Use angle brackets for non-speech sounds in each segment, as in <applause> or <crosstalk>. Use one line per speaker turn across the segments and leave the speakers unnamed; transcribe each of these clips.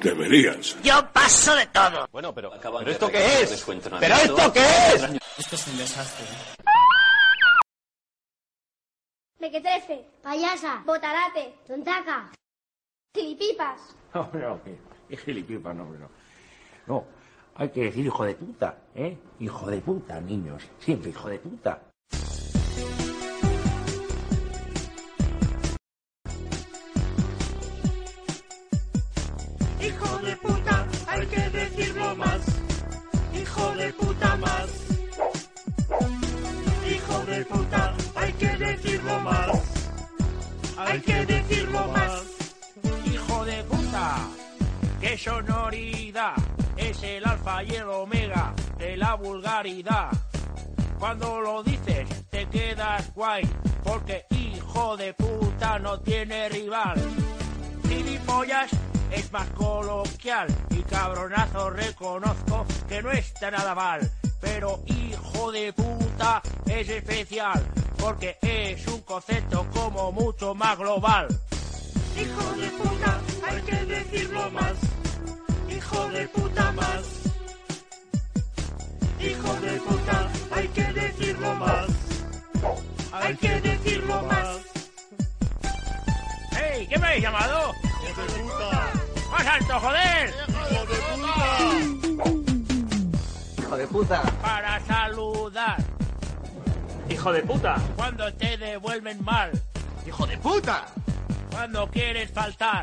deberías.
Yo paso de todo.
Bueno, pero, ¿pero esto qué es? ¿Pero
esto qué es?
Esto es un desastre.
Mequetrefe, payasa, botarate, tontaca, gilipipas.
No, <laughs> no, ¿qué gilipipas, no, no. No, hay que decir hijo de puta, ¿eh? Hijo de puta, niños. Siempre hijo de puta.
Hijo de puta, hay que decirlo más. Hijo de puta más. Hijo de puta, hay que decirlo más. Hay que decirlo más.
Hijo de puta, qué sonoridad. Es el alfa y el omega de la vulgaridad. Cuando lo dices te quedas guay, porque hijo de puta no tiene rival. Gilipollas es más coloquial y cabronazo reconozco que no está nada mal, pero hijo de puta es especial porque es un concepto como mucho más global.
Hijo de puta, hay que decirlo más. Hijo de puta más. Hijo de puta, hay que decirlo más. Hay que decirlo más.
¡Hey! ¿Qué me habéis llamado?
Hijo de puta.
¡Más alto, joder!
¡Hijo de puta!
¡Hijo de puta!
Para saludar.
¡Hijo de puta!
Cuando te devuelven mal.
¡Hijo de puta!
Cuando quieres faltar.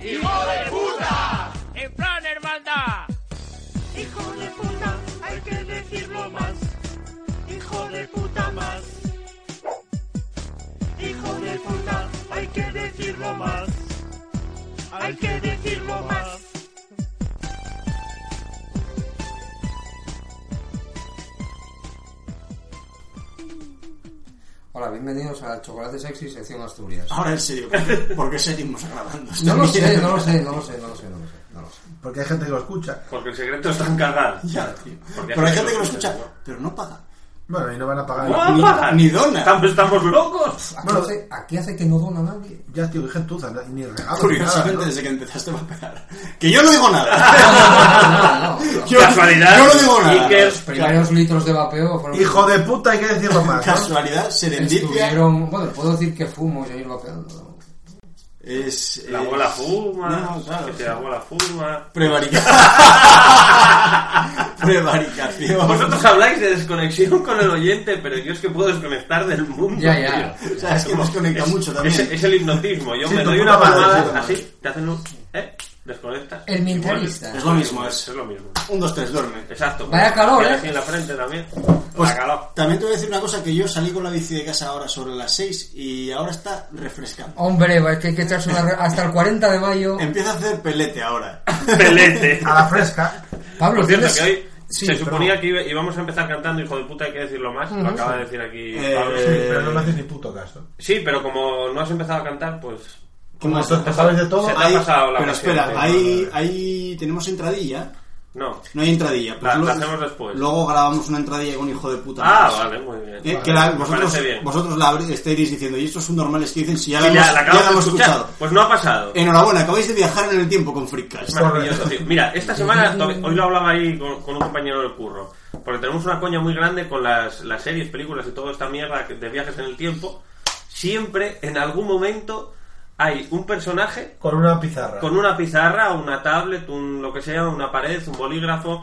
¡Hijo de puta!
En plan hermandad.
¡Hijo de puta! Hay que decirlo más. ¡Hijo de puta más! ¡Hijo de puta! Hay que decirlo más hay que decirlo más.
Hola, bienvenidos a Chocolate Sexy, sección Asturias.
Ahora en serio, ¿por qué, ¿por qué seguimos grabando?
<laughs> No lo sé, no lo sé, no lo sé, no lo sé, no lo sé. No lo sé.
Porque hay gente que lo escucha.
Porque el secreto está en canal.
Ya, tío. Pero hay gente que lo escucha, pero no paga.
Ah, Bueno, y no van a pagar.
No van a pagar
ni dona.
Estamos, estamos locos.
Aquí, bueno, hace, aquí hace que no dona <laughs> nadie.
Ya, tío, dije tú, ni regalo.
Curiosamente, ¿no? desde que empezaste va a pagar. Que yo no digo
<laughs>
nada.
no, no, yo, Casualidad.
Yo no digo nada.
Los primeros litros de vapeo.
Fueron Hijo de puta, hay que decirlo más.
Casualidad, serendipia.
Estuvieron, bueno, puedo decir que fumo y ir vapeando.
Es,
la
es...
abuela fuma, no, claro, que te la abuela fuma.
Prevaricación. Prevaricación.
Vosotros habláis de desconexión con el oyente, pero yo es que puedo desconectar del mundo.
Ya, ya.
Tío. O sea, es que nos conecta mucho también.
Es, es, el hipnotismo. Yo sí, me doy una palmada así, te hacen un. ¿Eh? Desconectas.
El mentalista.
Es lo mismo, es.
Es lo mismo.
Un, dos, tres, duerme.
Exacto.
Vaya calor,
¿eh? en la frente también.
Pues,
Vaya
<laughs>
calor.
También te voy a decir una cosa, que yo salí con la bici de casa ahora sobre las 6 y ahora está refrescante.
Hombre, es que hay que echarse una...
<laughs>
hasta el 40 de mayo.
Empieza a hacer pelete ahora.
pelete.
a la fresca.
Pablo,
Por cierto,
tienes-
que hoy
Ah, Sí,
se
pero-
suponía que iba- íbamos a empezar cantando, hijo de puta, hay que decirlo más. Lo acaba de decir aquí
Eh,
Pablo.
Sí, pero no me haces ni puto caso.
Sí, pero como no has empezado a cantar, pues.
Como
Como te sabes de todo,
Se-
Ahí-
ha pasado la
pero
ocasión,
espera,
sí,
ahí,
vale,
ahí tenemos entradilla.
No.
No hay entradilla. pues
La- la
luego-
hacemos después.
Luego grabamos una entradilla con hijo de puta.
Ah,
más.
vale, muy bien.
Eh,
Vale.
que la-
Me
vosotros,
parece bien.
vosotros la abri- estaréis diciendo, y estos subnormales que dicen si ya la,
Sí,
hemos,
la, la
ya
acabas
la
de
hemos
escuchar.
escuchado.
Pues no ha pasado.
Enhorabuena, acabáis de viajar en el tiempo con Freakcast.
Es maravilloso, tío. Mira, esta semana, to- hoy lo hablaba ahí con, con un compañero del curro, porque tenemos una coña muy grande con las, las series, películas y toda esta mierda que- de viajes en el tiempo. Siempre, en algún momento, hay un personaje
con una pizarra.
con una pizarra, una tablet, un lo que sea, una pared, un bolígrafo,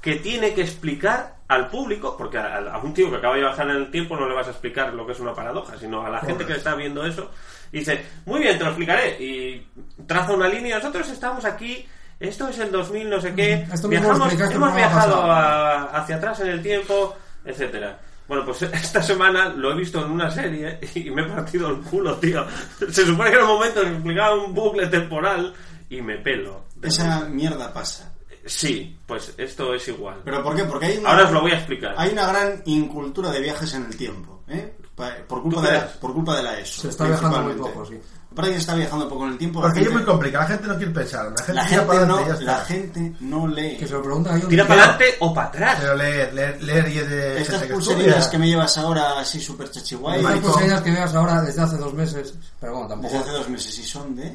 que tiene que explicar al público, porque a, a un tío que acaba de bajar en el tiempo no le vas a explicar lo que es una paradoja, sino a la gente que está viendo eso, dice, muy bien, te lo explicaré, y traza una línea, nosotros estamos aquí, esto es el 2000, no sé qué,
Esto mismo lo
viajamos,
explicaste,
hemos
no ha
viajado
pasado.
a- hacia atrás en el tiempo, etcétera. Bueno, pues <laughs> esta semana lo he visto en una serie y me he partido el culo, tío. Se supone que en un momento explicaba un bucle temporal y me pelo.
Esa mierda pasa.
Sí, pues esto es igual.
¿Pero por qué? Porque hay una-
Ahora os lo voy a explicar.
Hay una gran incultura de viajes en el tiempo, ¿eh? Pa- Por
¿Tú
culpa, de la,
crees?
por culpa de la ESO.
Se está viajando muy
principalmente.
poco, sí.
Parece que se está viajando poco en el tiempo.
Porque
la
es muy
gente,
complicado. La gente no quiere pensar. La gente,
la
tira para
gente
adelante
no,
y ya
la
está.
gente no lee.
Que se lo preguntas yo.
Tira para adelante o para atrás.
Pero leer, leer, leer y es de...
Estas
gente que
pulserillas
estudia.
que me llevas ahora así súper chachihuay.
Hay
Maricón.
cosas que veas ahora desde hace dos meses. Pero bueno,
Desde
tampoco.
hace dos meses y son de...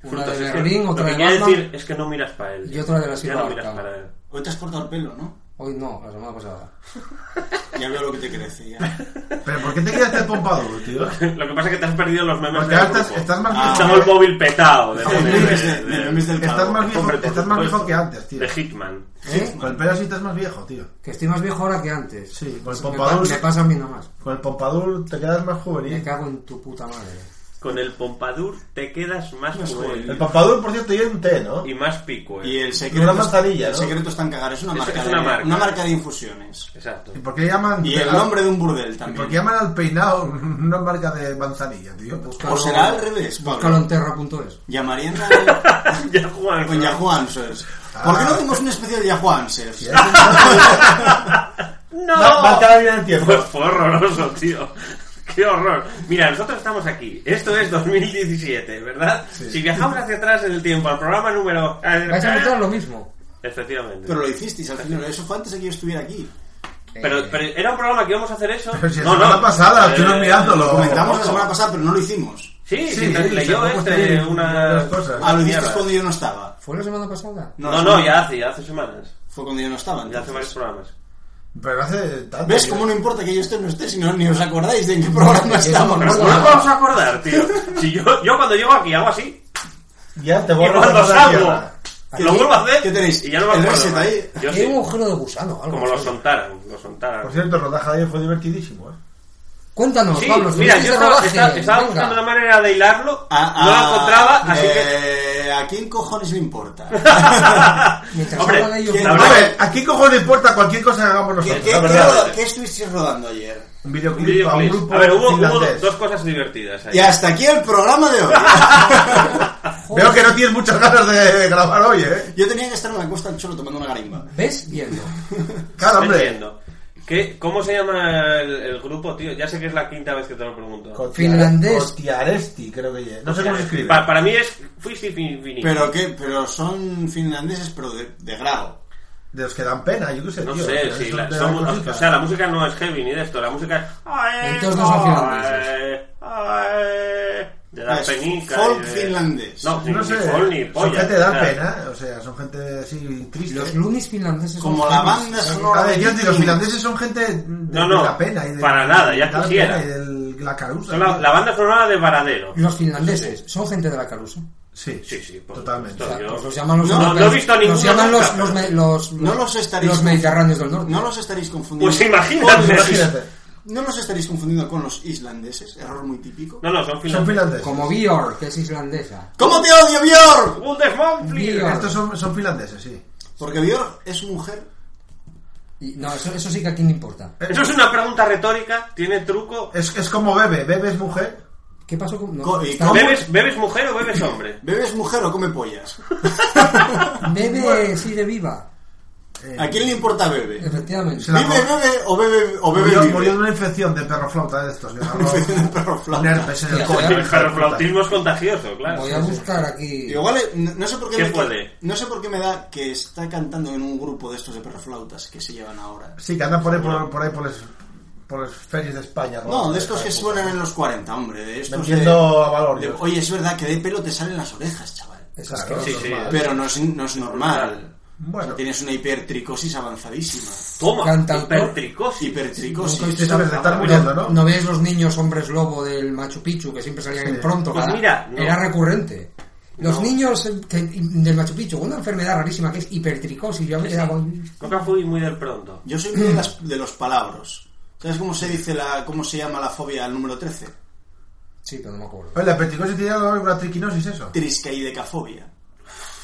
Una
Frutas,
de
es que
Berlín,
lo
otra
que
de
quiere
Batman.
decir es que no miras para él.
Y otra de la
Ya
Silva
no miras
Arcana.
para él. <laughs>
Hoy te has cortado el pelo, ¿no?
Hoy no, la semana pasada.
Ya veo lo que te crece ya.
Pero ¿por qué te quedaste el pompadour, tío?
Lo que pasa es que te has perdido los memes
Porque
del
ahora estás,
grupo.
estás más
Ah,
viejo.
Estamos el móvil petado. De,
Sí,
<laughs>
memes de- de memes del
Estás
cabo.
más viejo,
hombre, por
estás más
supuesto.
viejo que antes, tío.
de Hitman.
¿Eh?
Con el pelo así estás más viejo, tío.
Que estoy más viejo ahora que antes. Pues
Sí, con el
Me
Pompadour.
pa- Me pasa a mí nomás.
Con el pompadour te quedas más
Me
juvenil.
cago en tu puta madre.
Con el Pompadour te quedas más
Más
joven
joven.
El pompadour, por cierto, lleva un té, ¿no?
y más pico. ¿eh?
Y el
Una
secreto,
manzanilla,
el
¿no?
secreto está en cagar. Es una,
Es-
marca,
es una
de,
marca.
una marca de infusiones.
Exacto.
¿Y por qué llaman...
Y el nombre de un burdel
¿Y
también.
por qué llaman al peinado <laughs> una marca de manzanilla, tío?
Búscalo-
O será al revés,
Búscalo en
Pablo.
terra.es.
Llamarían al-
<laughs> ya Juan.
con Yahoo Answers. ¿Por qué no
Ah.
hacemos un especial de Yahoo Answers?
¿eh?
No.
Va- va a quedar bien el tiempo.
Fue, fue horroroso, tío. Qué horror. Mira, nosotros estamos aquí. Esto es 2017, ¿verdad?
Sí.
Si viajamos hacia atrás en el tiempo al programa número.
Vais a encontrar lo mismo.
Efectivamente.
Pero lo hicisteis al final. Eso fue antes de que yo estuviera aquí.
Pero, pero era un programa que íbamos a hacer eso. Eh,
Pero si la semana pasada, estuvimos mirándolo.
Lo
Ah,
Oh,
comentamos
oh.
la semana pasada, pero no lo hicimos.
Sí,
Sí,
sí, te-
sí,
leyó
tampoco
este
estoy-
una.
las cosas.
Ah, lo hicisteis
Mierda.
cuando yo no estaba.
¿Fue la semana pasada?
No, no, ya hace, ya hace semanas.
Fue cuando yo no estaba.
Ya hace
entonces.
varios programas.
Pero hace tanto...
¿Ves
tío.
cómo no importa que yo esté o no esté, si no ni os acordáis de en
<laughs>
qué programa estamos?
Pero Pues no nos vamos a acordar, tío. Si yo, yo cuando llego aquí hago así,
Ya te
y
borro
cuando
la
salgo,
tierra.
lo vuelvo a hacer
¿Qué tenéis?
y ya no me
¿El
acuerdo.
reset ahí?
Yo
Aquí hay
sí,
un agujero de gusano. Algo
como lo
así.
soltaran, lo soltaran.
Por cierto, el rodaje de ayer fue divertidísimo, ¿eh?
Cuéntanos,
Sí,
Pablo.
mira,
¿estuviste
yo
de
estaba,
rodaje?
estaba- estaba
Venga.
buscando una manera de hilarlo,
Ah,
no la
ah,
encontraba, así que...
eh, ¿A quién cojones
<laughs>
le importa?
Mientras
Hombre,
habla de ellos,
¿quién-
la
A
verdad-
ver, ¿a qué cojones importa cualquier cosa que hagamos
¿Qué,
nosotros?
qué,
la
qué
verdad.
roda- qué estuvisteis rodando ayer?
Un
un
videoclip a un
videoclip.
grupo
A ver, hubo, hubo
finlandés.
dos cosas divertidas ahí.
Y hasta aquí el programa
<laughs>
de hoy.
Veo que no tienes muchas ganas de grabar hoy, ¿eh?
Yo tenía que estar en la costa del Cholo tomando una garimba.
¿Ves? Viendo.
Claro,
No
hombre.
entiendo. ¿Qué- ¿Cómo se llama el, el grupo, tío? Ya sé que es la quinta vez que te lo pregunto.
Finlandés.
Kotiaresti, creo que es. No sé cómo se escribe.
Pa- para mí es Fuisti Finfini.
Pero qué, pero son finlandeses, pero de, de grado.
De los que dan pena, yo qué sé,
No
tío.
sé,
Pero
si
eso
la,
te da
son-
cosita.
o sea, la música no es heavy ni de esto, la música es...
Entonces no son finlandeses.
Ay, ay, De dar
Es
penica.
folk
y de-
finlandés.
No, ni,
No
ni
sé,
folk ni
son
polla.
gente
o
que dan
sea,
pena, o sea, son gente así triste.
Los lunes finlandeses. son
Como la
genios.
banda
A
sonora
ver,
de
yo te digo, los
Vikings.
finlandeses son gente de,
No, no,
de la pena y de,
para nada, ya
de la
quisiera.
pena y de la carusa.
Son la, la banda sonora de Varadero.
Los finlandeses son gente de la Caruso.
Sí,
Sí, sí, por
totalmente.
O sea,
Yo-
pues los llaman los
No,
europeos.
no he visto a ninguno
Los llaman
nunca,
los, los,
pero-
me- los,
No los estaréis
los mediterráneos del norte.
No los estaréis confundiendo.
Pues imagínate.
Pues imagínate.
No los estaréis confundiendo con los islandeses, error muy típico.
No, no, son
Son
finlandeses.
finlandeses.
Como Björk, que es islandesa.
¿Cómo te odio, Björk?
Wundermomflir.
Dios.
Estos son, son finlandeses, sí.
Porque Björk es mujer.
Y, no, eso, eso sí que aquí no importa.
Eso es una pregunta retórica, tiene truco.
Es, es como Bebe. Bebe es mujer.
¿Qué pasó con.? no,
Co- y
está-
¿Cómo?
¿Bebes, ¿Bebes mujer o bebes hombre?
¿Bebe es mujer o come pollas?
Bebe sigue viva.
Eh,
¿A quién le importa Bebe? ¿Vive
Efectivamente.
Se la-
Bebe o bebe o bebe
murió,
vive? <laughs>
murió de una infección de perro flauta
<laughs>
de estos. Le agarró
De perro flauta.
un herpes en el
Hostia,
coño.
joder.
El ferroflautismo es contagioso, claro.
Voy a buscar aquí.
Igual, eh, no no sé por qué,
¿Qué
me,
puede?
no sé por qué me da que está cantando en un grupo de estos de perroflautas que se llevan ahora.
Sí, que andan por ahí por, por, ahí, por, las- por las ferias de España.
No,
¿no?
de estos que
Joder,
suenan en los 40, hombre, de estos
Vendiendo
de-
a valor,
de-
Dios.
oye, es verdad que de pelo te salen las orejas, chaval.
Es
Claro,
asqueroso.
Sí, sí.
normal.
Pero no es, no es normal. O
Bueno,
sea, tienes una hipertricosis avanzadísima.
Toma,
Cantautor.
hipertricosis.
Hipertricosis.
te sabes de estar
No,
muriendo, ¿no?
¿No? veis los niños hombres lobo del Machu Picchu que siempre salían
Sí.
en pronto?
Pues
cada-
mira, no.
Era recurrente. Los
No.
niños eh, que- del Machu Picchu, una enfermedad rarísima que es hipertricosis. Yo me quedaba con-
Nunca fui muy del pronto.
Yo soy muy de,
<clears throat>
las- de los palabros. ¿Sabes cómo se dice la, cómo se llama la fobia al número 13?
Sí, pero no me acuerdo.
Oye, la petricosis tiene algo que ver con la triquinosis, eso.
Triscaidecafobia.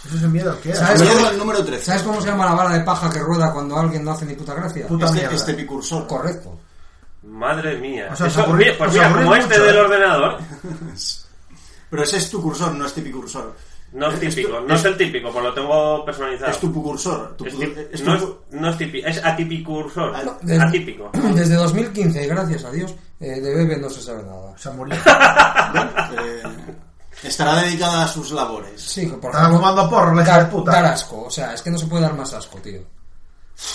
Eso Ah, es el miedo al que
¿Sabes?
era.
Miedo al número 13.
¿Sabes cómo se llama la bala de paja que rueda cuando alguien no hace ni puta gracia?
Puta
Este,
mierda.
este picursor.
Correcto.
Madre mía.
O sea,
Eso-
os aburrí- ¿eh?
pues
os
mira,
aburrí
como este
mucho,
del
¿eh?
ordenador.
Pero ese es tu cursor, no este picursor.
No es típico, no es el típico, pues lo tengo personalizado.
Es tu precursor. tu
Es
pu-
tip-
es tu
no, es,
pu-
no es típico, es atipicursor.
Ah,
Desde-
atípico.
<clears throat> Desde 2015, gracias a Dios, eh, de Bebe no se sabe nada.
Se
<laughs> Eh, Estará dedicada a sus labores.
Sí, que por
Estaba fumando porro, la hija de puta.
Dar asco, o sea, es que no se puede dar más asco, tío.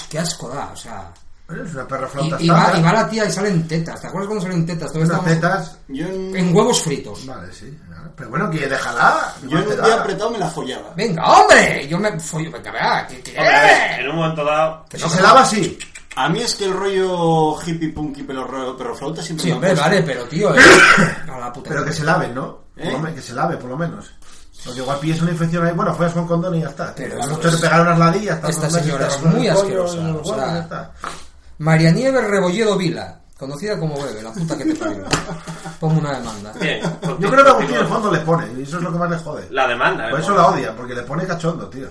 Qué asco da, o sea.
Es una perra
Y,
flauta.
y va,
estaca.
y va la tía y salen tetas. ¿Te acuerdas cuando salen tetas? Todos
Unas
estábamos-
tetas.
En huevos fritos.
Vale, sí. claro. Pero bueno, que déjala.
Yo en un
Déjala.
día apretado me la follaba.
Venga, hombre, yo me follo, venga, vea, que, que-
Hombre, a ver, en un momento dado.
que
Si se lava, sí.
A mí es que el rollo hippie punky pero, ro- pero flauta siempre
Sí,
me ha
hombre,
puesto.
vale, pero tío, eh, a la puta.
Pero que se laven, ¿no? Por lo
¿Eh?
men- que se lave, por lo menos. Porque igual pillas una infección ahí, bueno, follas con condón y ya está.
Pero
Las
esto
noches
es-
de pegar unas ladillas. hasta
esta
los meses
señora
te
es
rompen
muy
el cuello,
asquerosa,
los
o sea-
huevos, ya está.
María Nieves Rebolledo Vila, conocida como Bebe, la puta que te parió. Pongo una demanda.
Bien, continu-
Yo creo que Agustín en el
continuamos.
fondo le pone, y eso es lo que más le jode.
La demanda,
Por
eh,
eso
bueno.
la odia, porque le pone cachondo, tío.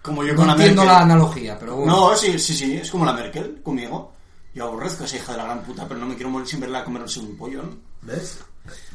Como yo con
No
la
entiendo
Merkel.
la analogía, pero bueno.
No, eh. sí, sí, sí, es como la Merkel conmigo. Yo aborrezco a esa hija de la gran puta, pero no me quiero morir sin verla comerse un pollo, ¿no?
¿Ves?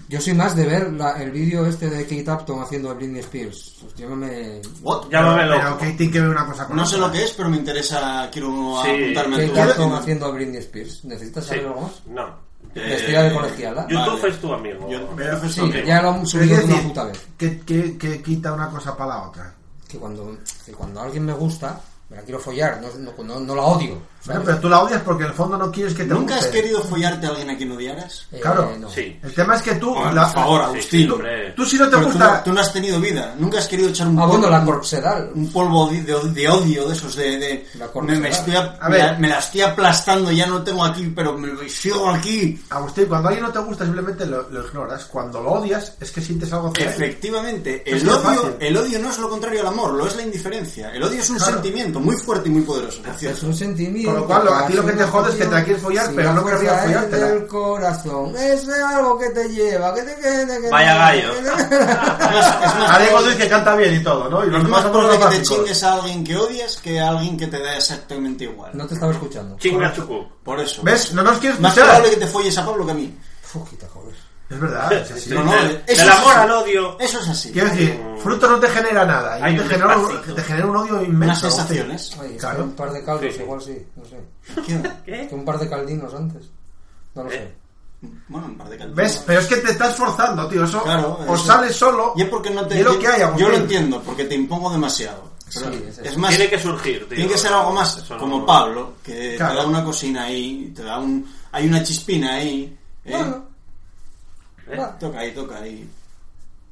Yo soy más de ver la- el vídeo este de Kate Upton haciendo a Britney Spears. Pues llámame...
What?
Llámame
Pero
loco.
Katie que ver una cosa con
No sé
otra.
lo que es, pero me interesa, quiero
Sí.
apuntarme a
Kate
tu-
Upton haciendo a Britney Spears. ¿Necesitas
Sí,
saber algo más?
no.
Eh,
Vestida de colegiala.
YouTube
vale.
es tu amigo.
Yo-
Pero-
yo-
Sí,
ok.
ya lo han
Pero es
subido de una
decir,
puta vez.
Que, que- que quita una cosa para la otra.
Que cuando, que cuando alguien me gusta, me la quiero follar, no, no, no- no la odio.
Bueno,
¿sabes?
pero tú la odias porque en el fondo no quieres que te
¿Nunca has
guste.
querido follarte a alguien a quien odiaras?
Eh,
Claro.
no.
Sí.
El tema es que tú...
Hombre,
la-
por favor,
tú-
Agustín.
tú-
hombre.
Tú si no te
Pero tú, no,
gusta...
tú no has tenido vida, nunca has querido echar un
Ah, bueno,
polvo-
la corpsedal.
un polvo de, de- de odio de esos de, de-
La corte
me, me
será.
estoy a-
A
me
ver.
la- me la estoy aplastando ya no tengo aquí pero me lo- sigo aquí
Agustín, cuando alguien no te gusta simplemente lo, lo ignoras. Cuando lo odias es que sientes algo hacia él.
efectivamente
Es
el
que es
odio
fácil.
el odio no es lo contrario al amor lo es la indiferencia el odio es un
Claro.
sentimiento muy fuerte y muy poderoso por cierto.
Es un sentimiento.
Con lo cual, lo- a ti lo que te
una
jode es que te la quieres follar,
Sí,
pero
la
no
fuerza
querrías
es
follártela.
del corazón. Es algo que te lleva. Que te, que te- que
Vaya
te-
gallo. <laughs>
<laughs> Ahora hay Godwin que canta bien y todo, ¿no? Y los
es
demás
Ah, más
son
probable que te
problemáticos.
chingues a alguien que odias que a alguien que te da exactamente igual
No te estaba escuchando.
Chinga chucu.
por eso
¿Ves? No nos quieres
más
escuchar.
probable que te folles a Pablo que a mí
Fujita, joder.
Es verdad, es así.
No, no,
Del-
eso
del
es
amor
así.
al odio.
eso es así
Quiero decir, fruto no te genera nada.
Hay
Y te
un
genera,
despacito.
un, te genera un odio
unas
inmenso.
sensaciones
Ay, es que
Claro.
un par de caldos,
Sí.
igual sí. No sé.
¿Qué?
Es
¿Qué?
que un par de caldinos antes. No lo
¿Eh?
sé.
bueno un par de canciones.
¿Ves? Pero es que te estás forzando, tío. Eso
Claro,
o
eso.
sales solo.
Y es porque no te.
y es lo que hay, Agustín.
yo lo entiendo, porque te impongo demasiado. Pero
Sí, es eso.
es más,
Tiene que surgir, tío.
tiene que ser algo más,
Eso no-
como Pablo, que
Claro.
te da una cocina ahí, te da un, hay una chispina ahí. ¿eh?
Bueno,
¿Eh?
va,
Toca ahí, toca ahí.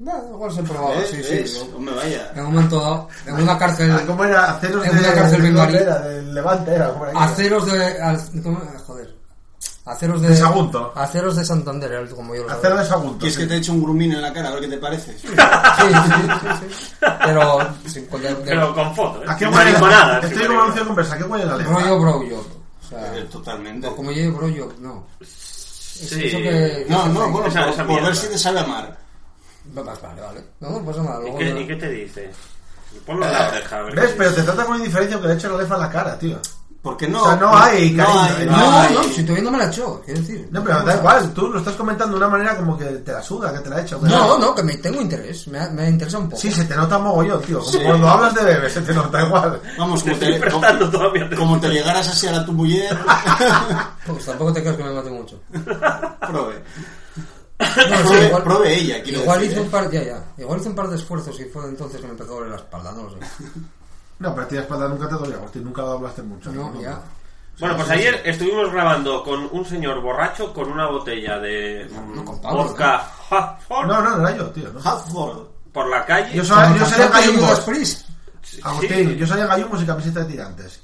va, igual se
Oh,
probaba.
¿Ves?
sí,
¿Ves?
sí. ¿no?
Hombre, vaya.
En un momento dado, en una cárcel.
Eh, Ah, ¿Cómo era? Aceros
En una
de,
cárcel
de-
bengalí.
era? Del Levante era. ¿cómo era?
Aceros de. al- ¿cómo? Ah, Joder. Aceros de.
De Sagunto.
Aceros de Santander, era como yo lo
Aceros de Sagunto.
¿Quieres
sí.
que te eche un grumín en la cara? A ver qué te parece.
Sí, sí, sí, sí. Pero. sin- con- de- de-
Pero con foto, ¿eh?
¿A qué
Sin
huele la-
mariconadas, sin
Estoy como
mariconadas.
anuncio de conversa. ¿A qué huele la lengua?
rollo Broyo. O sea,
Eh, Totalmente.
o como yo Broyo, no.
Sí.
Eso que-
No, no, bueno,
Esa-
por-
esa
por ver
mierda.
si te sabe amar.
Va- va- Vale, vale. No, no pasa nada.
¿Y
luego
qué,
ya-
y qué te dice? Ponlo en la oreja, a ver.
¿Ves?
qué
Pero te
dice.
trata con indiferencia aunque le eche la lefa a la cara, tío.
Porque no.
O sea, no hay
No
cariño,
hay.
¿eh?
No,
hay.
no, si todavía no me la echó, quiero decir.
No, pero da igual. Tú lo estás comentando de una manera como que te la suda, que te la echa. que-
No, no, que me tengo interés. Me, ha- me interesa un poco.
Sí, se te nota mogollón, tío. Como
Sí.
cuando hablas de bebé, se te nota igual.
Vamos,
Te
como
<laughs> estoy
te, como-
prestando toda mi atención.
como te llegaras así a la tu mujer, <laughs>
Pues tampoco te creas que me mate mucho.
prove.
No,
Prove- prove ella, quiero
Igual
decir,
hice
¿eh?
un par, ya, ya. Igual hice un par de esfuerzos y fue entonces que me empezó a doler la espalda, no lo sé.
No, pero a ti la espalda nunca te dolía, Agustín, nunca lo hablaste mucho.
No, ya.
Bueno, pues ayer estuvimos grabando con un señor borracho con una botella de mm,
No con Pablo,
vodka Hartford
No, no, no era yo, tío. ¿no?
Halford.
por la calle.
Yo sabía, yo sabía
Cantante de Judas
gallumbos.
Priest.
Agustín,
Sí.
yo sabía gallumbos y camiseta de tirantes.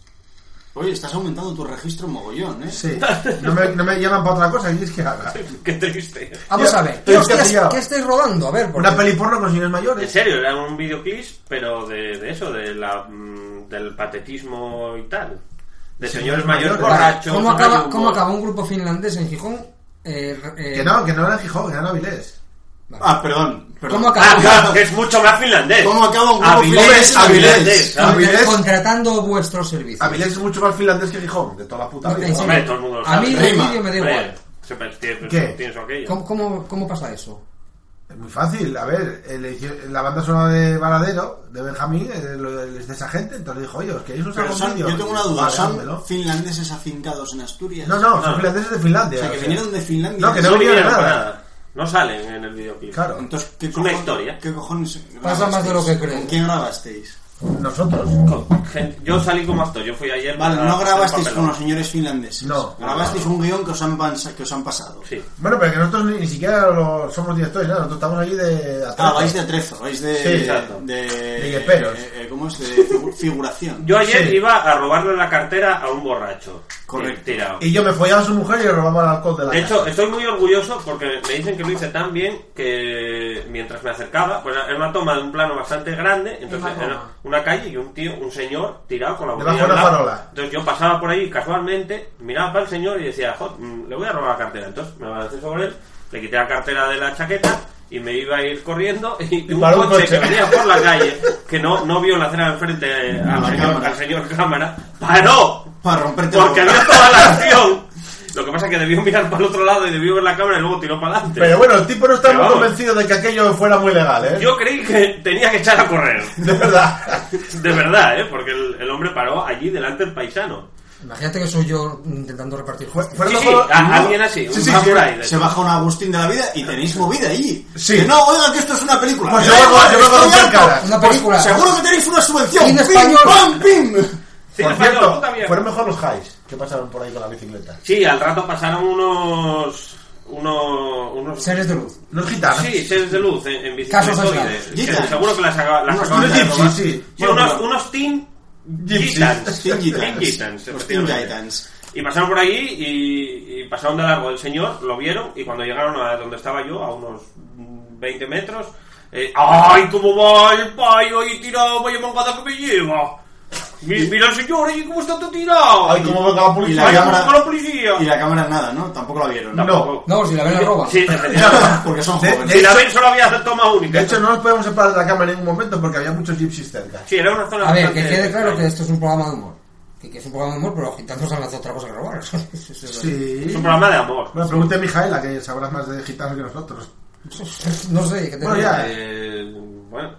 Oye, estás aumentando tu registro mogollón,
<laughs>
¿eh?
Sí. No me, no me llaman para otra cosa, y es que haga.
Qué triste.
Vamos
Ya,
a ver.
te
¿Qué,
he
hostias-
pillado.
qué estáis rodando? A ver, porque...
Una peli porno con señores
En
mayores.
serio, era un videoclip, pero de, de eso, de la, mm, del patetismo y tal. De señores mayores
mayores.
borrachos.
¿Cómo acaba,
gallumbos.
¿Cómo acaba un grupo finlandés en Gijón? Eh, re- eh,
Que no, que no era en Gijón, que era en Avilés.
vale.
Ah, perdón. perdón.
¿Cómo acaba?
Ah, claro, que es mucho más finlandés.
¿Cómo acaba un grupo
Avilés,
finlandés?
Avilés.
Avilés.
¿sabes?
Avilés.
Contratando vuestros servicios.
Avilés es mucho más finlandés que Gijón, de toda la puta vida.
En serio.
Hombre, todo el mundo lo
a
sabe.
mí el
Rima.
vídeo me da
Hombre,
igual.
se- tiene-
eh. ¿Qué?
Pienso aquello.
¿Cómo, cómo, cómo pasa eso?
Muy fácil, a ver, eh, le hici- la banda sonora de Varadero, de Benjamín, eh, lo- es de esa gente, entonces dijo, oye, ¿os queréis usar
Pero
un
son-
vídeo?
yo tengo una duda,
Vale,
¿son
házmelo.
finlandeses afincados en Asturias?
No, no, son finlandeses de Finlandia.
O sea, que vinieron de Finlandia.
No, que no, vinieron de nada.
No salen en el videoclip.
Claro.
Entonces, ¿qué
Es una
cojones-
historia.
¿Qué cojones
Pasa más de lo que
grabasteis?
creen.
¿Con quién grabasteis?
Nosotros.
Gente- Yo salí como actor, yo fui ayer.
Vale,
para
no
hacer
grabasteis con
papelón.
los señores finlandeses.
No.
Grabasteis un guión que os han, pans- que os han pasado.
Sí.
Bueno, pero que nosotros ni, ni siquiera lo- somos directores, nada, nosotros estamos allí de...
Ah, vais de atrezo, vais de...
Sí, exacto.
de,
De gueperos.
eh, eh, ¿Cómo es? De
<laughs>
figu- figuración.
Yo ayer iba a robarle la cartera a un borracho.
Correcto.
Tirado.
Y yo me follaba a su mujer y le robaba el alcohol de la
De
casa.
hecho, estoy muy orgulloso porque me dicen que lo hice tan bien que mientras me acercaba, pues era una toma de un plano bastante grande, entonces
Una
era
toma.
una calle y un tío, un señor tirado con la
Debajo
botella
de una
al lado.
farola.
Entonces yo pasaba por ahí casualmente, miraba para el señor y decía, "Jod, mm, le voy a robar la cartera. Entonces me avancé sobre él, le quité la cartera de la chaqueta y me iba a ir corriendo y un
paró
coche,
un
que
coche.
venía por la calle, que no, no vio la acera enfrente eh, al
La
señor,
cámara.
al señor cámara, paró
Para romperte
porque
la boca.
había toda la acción. Lo que pasa es que debió mirar para el otro lado y debió ver la cámara y luego tiró para adelante.
Pero bueno, el tipo no está
Pero
muy
vamos.
convencido de que aquello fuera muy legal, ¿eh?
Yo creí que tenía que echar a correr.
De verdad.
De verdad, ¿eh? Porque el, el hombre paró allí delante del paisano.
Imagínate que soy yo intentando repartir justicia.
Fue
Sí,
lo
sí,
Ah,
mejor-
a- alguien así, un
Sí, sí,
samurái. de
Se
hecho.
baja un Agustín de la vida y tenéis movida allí.
Sí.
Que no, oiga, que esto es una película.
Pues yo
Eh,
vengo- yo vengo a
estoy
romper
harto. Pues
caras.
Una película.
Seguro que tenéis una subvención.
Cine
¡Pim,
español.
pam, pim!
Sí,
Por
le falló,
cierto,
puta mierda.
fueron mejor los highs que pasaron por ahí con la bicicleta.
Sí, al rato pasaron unos. unos. unos
Seres de luz.
Los gitanos.
Sí, seres de luz en, en
Casos
bicicletoides.
aislados.
Que
Gitanos.
Seguro que las, acaba- las
Unos-
acaban
unos
de
gypsies,
robar.
sí.
Sí,
Bueno,
unos,
bueno.
unos teen
<laughs> Gypsies.
gitans.
Teen Gitans.
Teen gitans,
Los Teen
efectivamente.
Gitans.
Y pasaron por allí y, y pasaron de largo el señor, lo vieron y cuando llegaron a donde estaba yo, a unos mm, 20 metros, eh, ¡ay, cómo va el payo ahí tirado! ¡Vaya mangada que me lleva! Mi- ¡Mira, señor, ahí cómo está todo tirado!
Ay, cómo venga la policía.
Y
¡Vaya
cámara-
con la policía!
Y la cámara nada, ¿no? Tampoco la
<laughs>
vieron.
No.
No, si la ven la roba.
Sí,
Porque son
<laughs> De-
jóvenes.
de-
si la ven solo había toma única.
De hecho, no nos podemos separar de la cámara en ningún momento porque había muchos gypsies cerca.
sí, era una zona
A ver, que
bastante
quede claro que
extraña.
esto es un programa de humor. Que, que es un programa de humor, pero los gitanos han lanzado otra cosa que robar. Eso <laughs> es verdad.
Sí.
Es un programa de amor.
Bueno, pregunte a Mijaela, que sabrás más de gitanos que nosotros.
No sé, ¿qué te
Bueno,
digo?
ya.
Eh, bueno,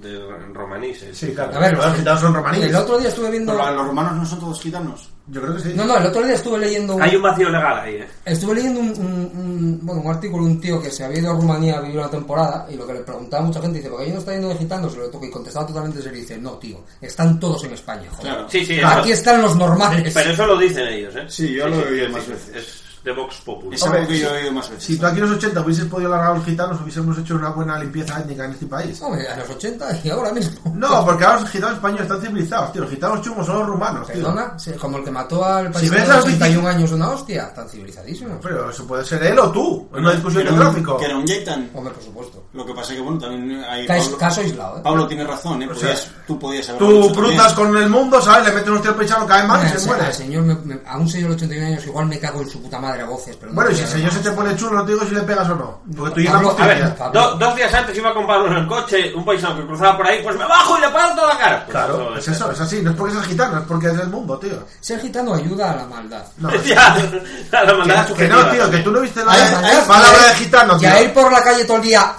de romanices.
Sí, claro.
A ver,
los gitanos son romaníes.
El otro día estuve viendo...
Pero la- los romanos no son todos gitanos.
Yo creo que sí.
No, no, el otro día estuve leyendo... un-
Hay un vacío legal ahí, eh.
Estuve leyendo un, un- un- bueno, un artículo de un tío que se había ido a Rumanía a vivir una temporada y lo que le preguntaba a mucha gente, dice, ¿por qué ahí no está yendo de gitanos? Y lo toco y contestaba totalmente serio y dice, no, tío, están todos en España, joder.
Claro.
Sí, sí, eso-
Aquí están los normales.
Pero eso lo dicen ellos, ¿eh?
Sí, yo lo he oído más veces.
Es de Vox Populi.
Es algo
Hombre,
que yo
sí.
he oído más veces.
Si tú aquí en los 80 hubieses podido largar a los gitanos, hubiésemos hecho una buena limpieza étnica en este país.
Hombre, a los 80 y ahora mismo. <laughs>
No, porque ahora los gitanos españoles están civilizados, tío. Los gitanos chungos son los rumanos, tío.
Perdona, sí, como el que mató al
Si
paisano
ves
de
las
81 años una hostia, tan civilizadísimos.
Pero eso puede ser él o tú, en una discusión
Que
de
era un-
tráfico.
Que era un gitan.
Hombre, por supuesto.
Lo que pasa que, bueno, también hay...
Ca-
Pablo-
Caso aislado, ¿eh?
Pablo tiene razón, ¿eh?
O sea,
Podías- tú podías haber...
Tú frutas con el mundo, ¿sabes? Le metes un tío al pechado, cae mal y
Mira,
se
se-
muere.
al señor me- me- a un señor de 81 años igual me cago en su puta madre a voces, pero no
Bueno, y
me
si el
voy a
señor se
llamar.
te pone chulo, no te digo si le pegas o no. Porque tú llegas
Pablo,
hostia,
A ver,
ya.
Pablo.
do- dos días antes iba con Pablo en el coche, un paisano que cruzaba por ahí, pues me bajo y le paro toda la cara. Pues
Claro,
<laughs>
es eso, es así. No es porque seas gitano, es porque es del mundo, tío.
Ser gitano ayuda a la maldad.
No,
Ya, a la maldad
que no,
subjetiva
tío, que
también.
tú no viste
A la
la
maldad,
Ah, eh, palabra
y a-
de gitano,
Y
tío.
a ir por la calle todo el día.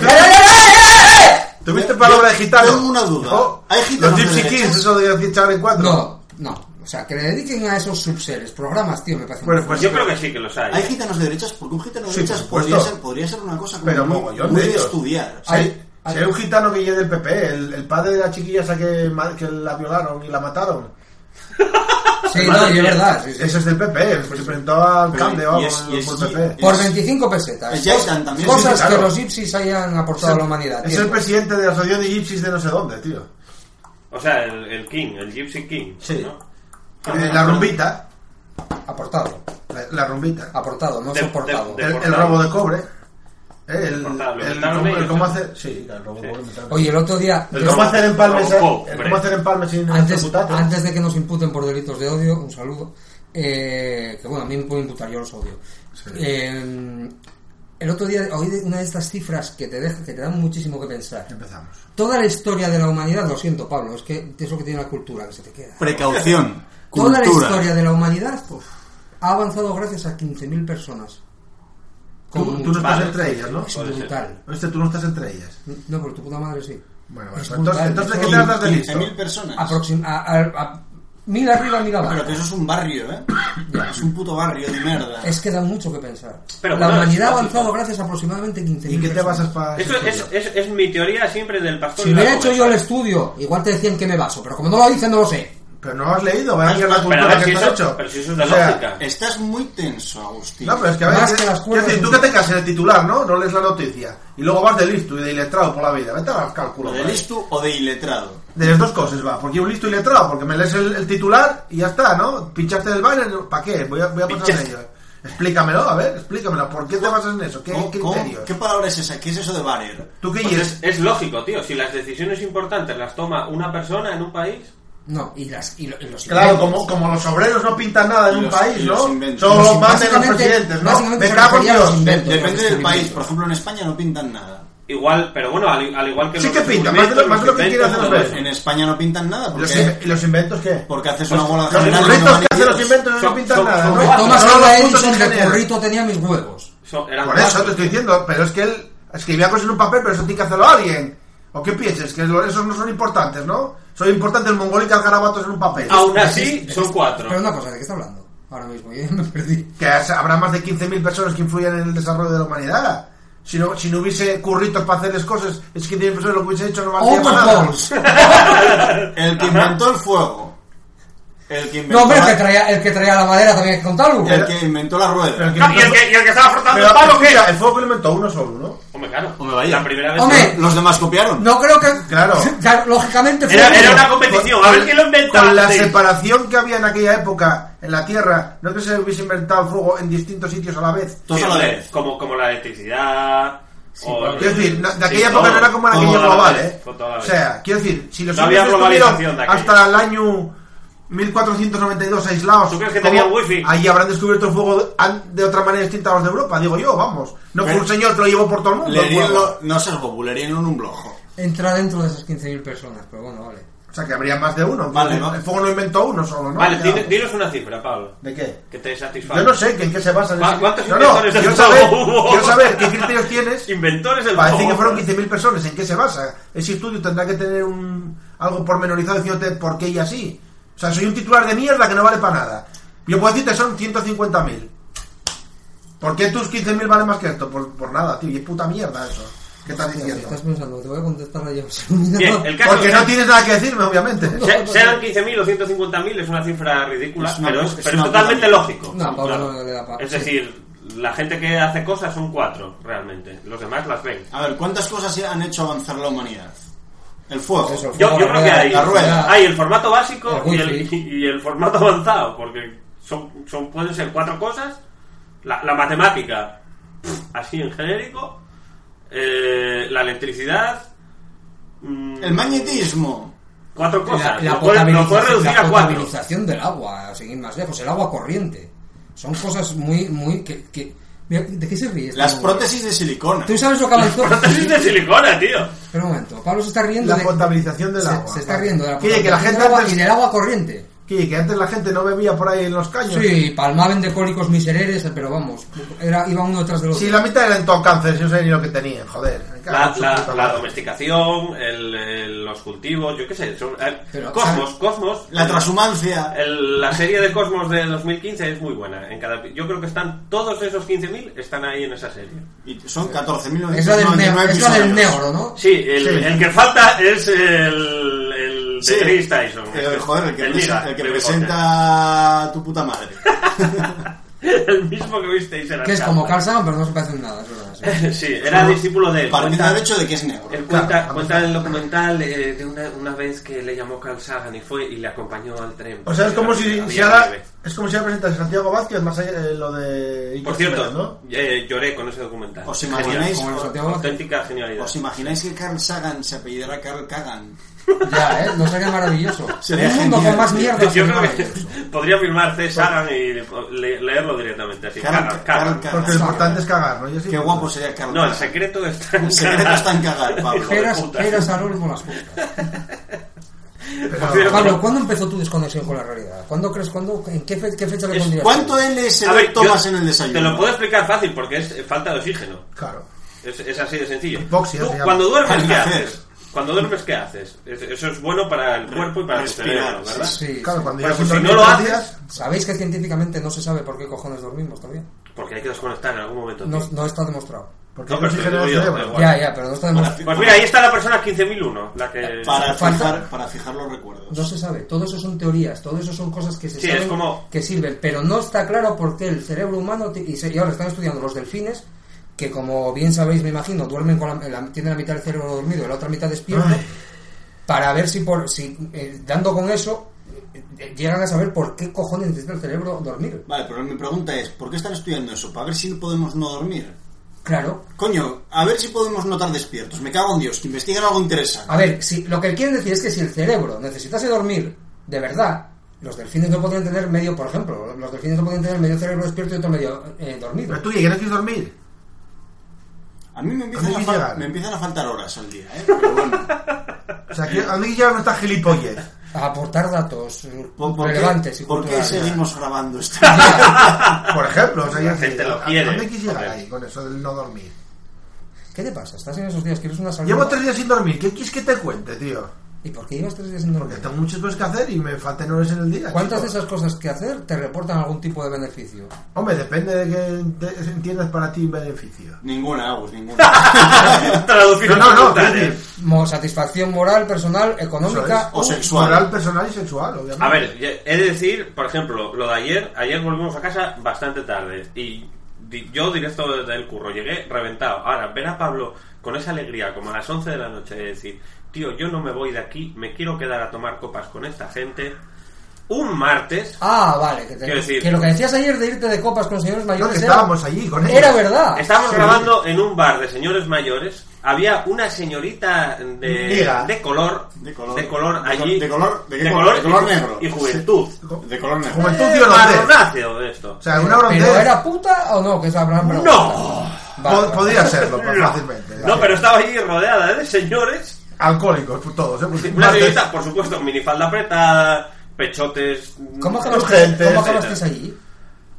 Pero tú-
¡Eh, eh, eh, eh, eh!
¿Tuviste palabra de gitano?
tengo una duda.
Oh,
¿Hay
Los
gitanos de
Gypsy
derechas?
Kings, eso de echar en cuatro.
No, no. O sea, que le dediquen a esos subseres programas, tío, me parece.
Bueno,
muy
pues
Yo creo que sí que los hay.
Hay gitanos de derechas, porque un gitano de
Sí, por
derechas
supuesto.
podría ser, podría ser una cosa como
Pero
muy,
mogollón
muy
de
de
ellos.
estudiar.
Si hay-
Ay, ay.
si hay un gitano que llegue del PP, el, el padre de la chiquilla esa que, ma- que la violaron y la mataron.
Sí, no, y es verdad. sí, sí.
Ese es del PP, se presentó al
Pero,
cambio
y
o algo
es- y es-
por PP.
y-
Por
Es-
25 pesetas.
Es Jason también.
Cosas
Sí, sí, claro.
que los gypsies hayan aportado a la humanidad.
Es
tío.
el presidente de la asociación de gypsies de no sé dónde, tío.
O sea, el, el King, el Gypsy King.
Sí.
¿no?
Eh, la rumbita,
Aportado.
la, la rumbita,
Aportado, no
De-
soportado.
de-
el, el
deportable.
robo de cobre, eh, el,
Deportable,
el,
inventaron
cómo- el
ellos,
cómo
¿no?
hacer, sí, el robo de cobre, inventaron.
Oye, el otro día.
el cómo hacer empalmes,
robo
eh, el
cobre.
cómo hacer empalmes sin
antes,
ejecutar.
antes de que nos imputen por delitos de odio, un saludo. eh, que bueno, a mí me pueden imputar, yo los odio. Eh, el otro día oí de- una de estas cifras que te, deja, que te dan muchísimo que pensar.
Empezamos.
Toda la historia de la humanidad, lo siento, Pablo, es que es lo que tiene la cultura, que se te queda.
Precaución. <laughs>
Toda la pues,
cultura.
historia de la humanidad ha avanzado gracias a 15.000 personas.
Tú, tú no estás entre ellas, ¿no?
Es brutal.
Este, tú no estás entre ellas.
No, pero tu puta madre sí.
Bueno,
Es
bueno, pues
brutal.
entonces, entonces
Es
¿qué te hablas de
15.000
listo?
personas.
Aproxim- a- a- a- mil arriba, mil abajo.
Pero que eso es un barrio, ¿eh? Es un puto barrio de mierda.
Es que da mucho que pensar.
Pero
la
bueno,
humanidad
es
ha avanzado gracias a aproximadamente 15.000
¿Y qué te
personas.
basas para.?
Eso es, es, es mi teoría siempre del pastor.
Si
y la
hubiera hecho
oveja.
yo el estudio, igual te decían que me baso, pero como no lo dicen, no lo sé.
Pero no lo has leído, vaya mierda
Pero a
cultural
ver
que
si
te has
eso-
hecho.
pero si eso es de
O sea,
lógica.
Estás muy tenso, Agustín.
No, pero es que a
Más
veces.
que las
quiero decir,
cuerdas.
tú que te casas en el titular, ¿no? No lees la noticia. Y luego vas de listo y de iletrado por la vida. Vete a los
¿O
cálculos.
de
¿vale?
listo o de iletrado?
De las dos cosas va. Porque yo listo y letrado, porque me lees el, el titular y ya está, ¿no? Pinchaste del banner, ¿para qué? Voy a, voy a pasar de
Pinchaste.
ello. Explícamelo, a ver, explícamelo. ¿Por qué te basas en eso? ¿Qué
¿Cómo- cómo-
criterios?
¿Qué palabra es esa? ¿Qué es eso de barrio?
¿Tú qué
Pues
oyes?
es, es lógico, tío. Si las decisiones importantes las toma una persona en un país,
No, y, las, y, lo- y los
Claro,
inventos.
como, como los obreros no pintan nada en
Y
un
los-
país,
y los
¿no?
inventos.
Solo los
Sí,
mandan los
básicamente-
presidentes, ¿no?
básicamente
Me
se
cago en
refería a los
Dios.
inventos. Entonces,
Depende del
descubrimiento.
país. Por ejemplo, en España no pintan nada.
igual, pero bueno, al, al igual que
Sí
los
que pinta, más de lo- más de lo que
descubrimientos,
quiere hacer
todo
los
eso.
En España no pintan nada
Los
porque,
in- ¿Y los inventos qué?
porque haces
Pues
una bola
Los
general y
burritos
no
que hacen los
maniquíes.
inventos no
Son-
pintan
son-
nada,
son
¿no?
cuatro.
Thomas
Solo los
Alva
puntos
Edison, de
ingenieros.
currito tenía mis huevos.
Son- eran
Por eso
cuatro.
te estoy diciendo, pero es que él escribía cosas en un papel, pero eso tiene que hacerlo alguien. ¿O qué pienses? Que lo- esos no son importantes, ¿no? Son importantes el mongol y cargar a vatos en un papel.
Aún así, son cuatro.
Pero una cosa, ¿de qué está hablando? Ahora mismo, yo ya me perdí.
Que has- habrá más de 15.000 personas que influyan en el desarrollo de la humanidad. Si no, si no hubiese curritos para hacerles cosas, es que 15.000 personas lo que hubiese hecho no valdría
Open
para nada.
balls.
El que inventó el fuego. El que
No,
inventó,
hombre, el que,
la,
traía, el que traía la madera también hay que contarlo.
el que inventó la rueda.
Pero el que
Ah, y, el que, y el que estaba frotando
Pero,
el palo, ¿qué?
escucha, el fuego que lo inventó uno solo, ¿no?
Hombre, claro.
Hombre, vaya.
La primera vez.
Hombre.
¿Los demás copiaron?
No creo que. <laughs>
Claro.
Claro, Lógicamente fue.
Era, era
uno.
una competición. A ver quién lo inventó.
Con la
antes.
separación que había en aquella época en la Tierra, no es que se hubiese inventado el fuego en distintos sitios a la vez.
Todos a la
Hombre,
vez.
Como, como la electricidad. o-
Quiero decir, no- de
Sí,
aquella
todo,
época no era como en
todo
aquella
a la
global,
vez,
¿eh?
todo a la
O
vez.
sea, quiero decir, si los
No había
indios
globalización
estuvieron
de aquella.
hasta el año 1492 aislados,
¿Tú crees que
¿cómo?
tenían wifi?
Ahí habrán descubierto el fuego de, an- de otra manera distinta a los de Europa, digo yo, vamos. No fue
Pero-
un señor que lo llevó por todo el mundo.
Le
el
dieron
fuego.
lo- no sé, Goku, le dieron un blojo.
Entra dentro de esas 15.000 personas, pero bueno, vale.
O sea, que habría más de uno.
Vale,
el,
¿no?
fuego lo inventó uno solo, ¿no?
Vale,
Ya.
dile- dinos una cifra, Pablo.
¿De qué?
Que te satisfaga.
Yo no sé que en qué se basa.
¿Cu- cuántos
no, no,
inventores
quiero
del
saber,
fuego?
quiero saber qué criterios
<laughs>
tienes
Inventores del
para decir
fuego.
que fueron 15.000 personas. ¿En qué se basa? Ese estudio tendrá que tener un algo pormenorizado diciéndote por qué y así. O sea, soy un titular de mierda que no vale para nada. Yo puedo decirte son 150.000. ¿Por qué tus 15.000 valen más que esto? Por, por nada, tío. Y es puta mierda eso. ¿Qué estás
Hostia,
diciendo?
Estás pensando, te voy a contestar a ellos. <laughs>
Bien, el caso
Porque
es
no tienes nada que decirme, obviamente.
Se- Sean 15.000 o 150.000 es una cifra ridícula,
Es una-
pero es,
es
pero es
una
totalmente
puta-
lógico.
No, Pablo no le da pa-
Es
sí.
decir, la gente que hace cosas son cuatro, realmente. Los demás las ven.
A ver, ¿cuántas cosas han hecho avanzar la humanidad? El fuego.
Eso, el
Yo,
fuego,
yo
la
creo que
rueda,
hay,
la rueda.
hay el formato básico
El
y el,
wifi.
y el formato avanzado, porque son, son pueden ser cuatro cosas. La, la matemática, pff, así en genérico. Eh, la electricidad. mm,
El magnetismo.
Cuatro cosas.
La,
lo, puedes, lo puedes
potabilización-
reducir
la
a cuatro.
potabilización del agua, a seguir más lejos, el agua corriente. Son cosas muy, muy. Que, que- Mira, ¿De qué se ríe? este
Las
hombre?
prótesis de silicona.
Tú sabes lo que
<laughs>
avanzó.
Prótesis de silicona, tío.
Pero un momento, Pablo se está riendo.
La
de-
potabilización del
se,
agua.
Se está
Vale.
riendo de la
Oye, que la
potabilización
gente
del agua
antes-
y del agua corriente.
Que, que antes la gente no bebía por ahí en los caños.
Sí, palmaban de cólicos misereres, pero vamos, era, iba uno detrás del otro.
Si la mitad eran todos cánceres, yo no sé ni lo que tenían, joder. Me cago en
La,
su
la-
puta
la
madre.
domesticación, el- el- los cultivos, yo qué sé. son- eh,
Pero,
Cosmos,
¿sabes?
Cosmos.
La transhumancia.
el- la serie de Cosmos de 2015 es muy buena. En cada, yo creo que están todos esos 15.000 están ahí en esa serie.
Y son 14.000
es la del, ne- es la del negro, ¿no?
Sí, el,
Sí.
el que falta es el, el de
Sí.
Chris Tyson. este,
Eh, joder, el que, presen-
Miga,
el que
de
presenta a tu puta madre.
Bigote. <laughs> El mismo que visteis en la
Que es
charla.
como Carl Sagan, pero no se parecen nada, es verdad. sí.
<laughs> Sí, era
Como-
discípulo de él.
Partiendo
Cuenta-
del hecho de que es negro.
Él cuenta,
Claro,
cuenta el documental eh, de una, una vez que le llamó Carl Sagan y fue y le acompañó al tren.
O sea, es como si,
Había
si ahora,
nieve.
es como si ahora presentase a Santiago Vázquez, más allá de lo de... Iker
Pues
Por
Jiménez,
cierto,
¿no?
eh, lloré con ese documental.
¿Os
Genial.
imagináis,
Como el Santiago Vázquez.
Auténtica genialidad.
os imagináis que Carl Sagan se apellidará Carl Kagan?
Ya, ¿eh? No sería maravilloso.
Sería
Un mundo
genial.
con más mierda
Yo
sería
creo que <laughs> Pues-
maravilloso.
podría firmar C. Sagan y le- leerlo directamente. Así,
Carl-
Sagan,
Carl
Sagan.
Kagan.
Porque lo importante es cagar, ¿no? Yo sí,
Qué
puta.
guapo sería Carl
No, el
Sagan.
secreto está en
El secreto está en cagar, Pablo.
Pero-
Peras,
puta.
peras al olmo las putas. Pero, Pablo, ¿cuándo empezó tu desconexión con la realidad? ¿Cuándo crees, cuándo, en qué, fe- qué fecha le pondrías?
¿Cuánto LSD
A ver, yo
tomas en el desayuno?
Te lo puedo explicar fácil porque es eh, falta de oxígeno.
Claro.
Es, es así de sencillo.
Hipoxia,
Tú,
se llama.
cuando duermes, ¿qué
Hacer.
haces? Cuando duermes, ¿qué haces? Es- Eso es bueno para el cuerpo y para el
respirar,
cerebro, ¿verdad?
sí,
Sí,
Claro,
sí.
cuando
Bueno,
ya
pues
son
si
los
no lo
diez
haces-
días,
¿Sabéis que científicamente no se sabe por qué cojones dormimos todavía?
Porque hay que desconectar en algún momento.
No,
tío.
no está demostrado.
porque
No,
no,
pero
oxígeno
te
en el
digo yo,
cerebro.
da igual.
Ya, ya, pero no está demostrado.
Pues mira, ahí está la persona 15001, la que...
Para
Falta-
fijar, para fijar los recuerdos.
No se sabe. Todo eso son teorías, todo eso son cosas que se
Sí,
saben
es como-
que sirven, pero no está claro por qué el cerebro humano ti- y, se- y ahora están estudiando los delfines que como bien sabéis, me imagino, duermen con la, la- tienen la mitad del cerebro dormido y la otra mitad despierto
Ay.
para ver si por si eh, dando con eso eh, eh, llegan a saber por qué cojones necesita el cerebro dormir.
Vale, pero mi pregunta es, ¿por qué están estudiando eso? ¿Para ver si podemos no dormir?
Claro.
Coño, a ver si podemos no estar despiertos. Me cago en Dios, que investiguen algo interesante.
A ver, si lo que quieren decir es que si el cerebro necesitase dormir de verdad, los delfines no podrían tener medio, por ejemplo, los delfines no podrían tener medio cerebro despierto y otro medio eh, dormido.
Pero tú, ¿y qué no quieres dormir?
A mí me
¿A
empiezan,
mí
a,
qué
fal-
llegar?
me empiezan a faltar horas al día, ¿eh? Pero bueno.
O sea, que a mí ya no está gilipollez.
a aportar datos eh,
¿Por, por
relevantes
qué,
y
por qué
culturales.
seguimos grabando esto? <laughs>
Por ejemplo, o sea,
La
ya
gente
sí,
lo
¿a-
quiere,
¿Dónde quieres llegar
joder.
ahí con eso del no dormir?
¿Qué te pasa? Estás en esos días, quieres una salida.
Llevo tres días sin dormir, ¿qué quieres que te cuente, tío?
¿Y por qué llevas tres días sin
Porque
dormir?
tengo muchas cosas que hacer y me faltan horas en el día.
¿Cuántas
chico.
de esas cosas que hacer te reportan algún tipo de beneficio?
Hombre, depende de que te- entiendas para ti beneficio.
ninguna, Agus, ninguna.
<laughs> Traducir
No, no, no.
simultáneo.
quiero decir,
Mo- Satisfacción moral, personal, económica.
eso
o
es.
sexual.
Moral, personal y sexual, obviamente.
A ver, ya- he de decir, por ejemplo, lo de ayer, ayer volvimos a casa bastante tarde y di- yo directo desde el curro, llegué reventado. Ahora, ver a Pablo con esa alegría como a las 11 de la noche de decir, tío, yo no me voy de aquí, me quiero quedar a tomar copas con esta gente, un martes...
Ah, vale, que, te-
Quiero decir-
que lo que decías ayer de irte de copas con señores
No,
mayores
que
era-
estábamos allí con ellos.
era verdad.
Estábamos
Ah, sí.
grabando en un bar de señores mayores. Había una señorita de,
Niga.
de color,
De color. De
allí,
col- de color- ¿de qué
de color
color? De color
y-
negro.
y juventud.
De color negro.
Juventud
Eh,
y holandés.
marronáceo de esto.
O sea, una holandés.
¿Pero era puta o no? Que es la gran pregunta.
No.
Vale,
Po-
vale.
Podría serlo, pues, fácilmente.
<laughs> No, pero estaba allí rodeada de señores.
<laughs> Alcohólicos, pues, todos, ¿eh? Porque
Una
martes-
señorita, por supuesto, minifalda apretada, pechotes. mm,
¿Cómo
Gente,
acabaste, ¿cómo
sí,
acabasteis allí?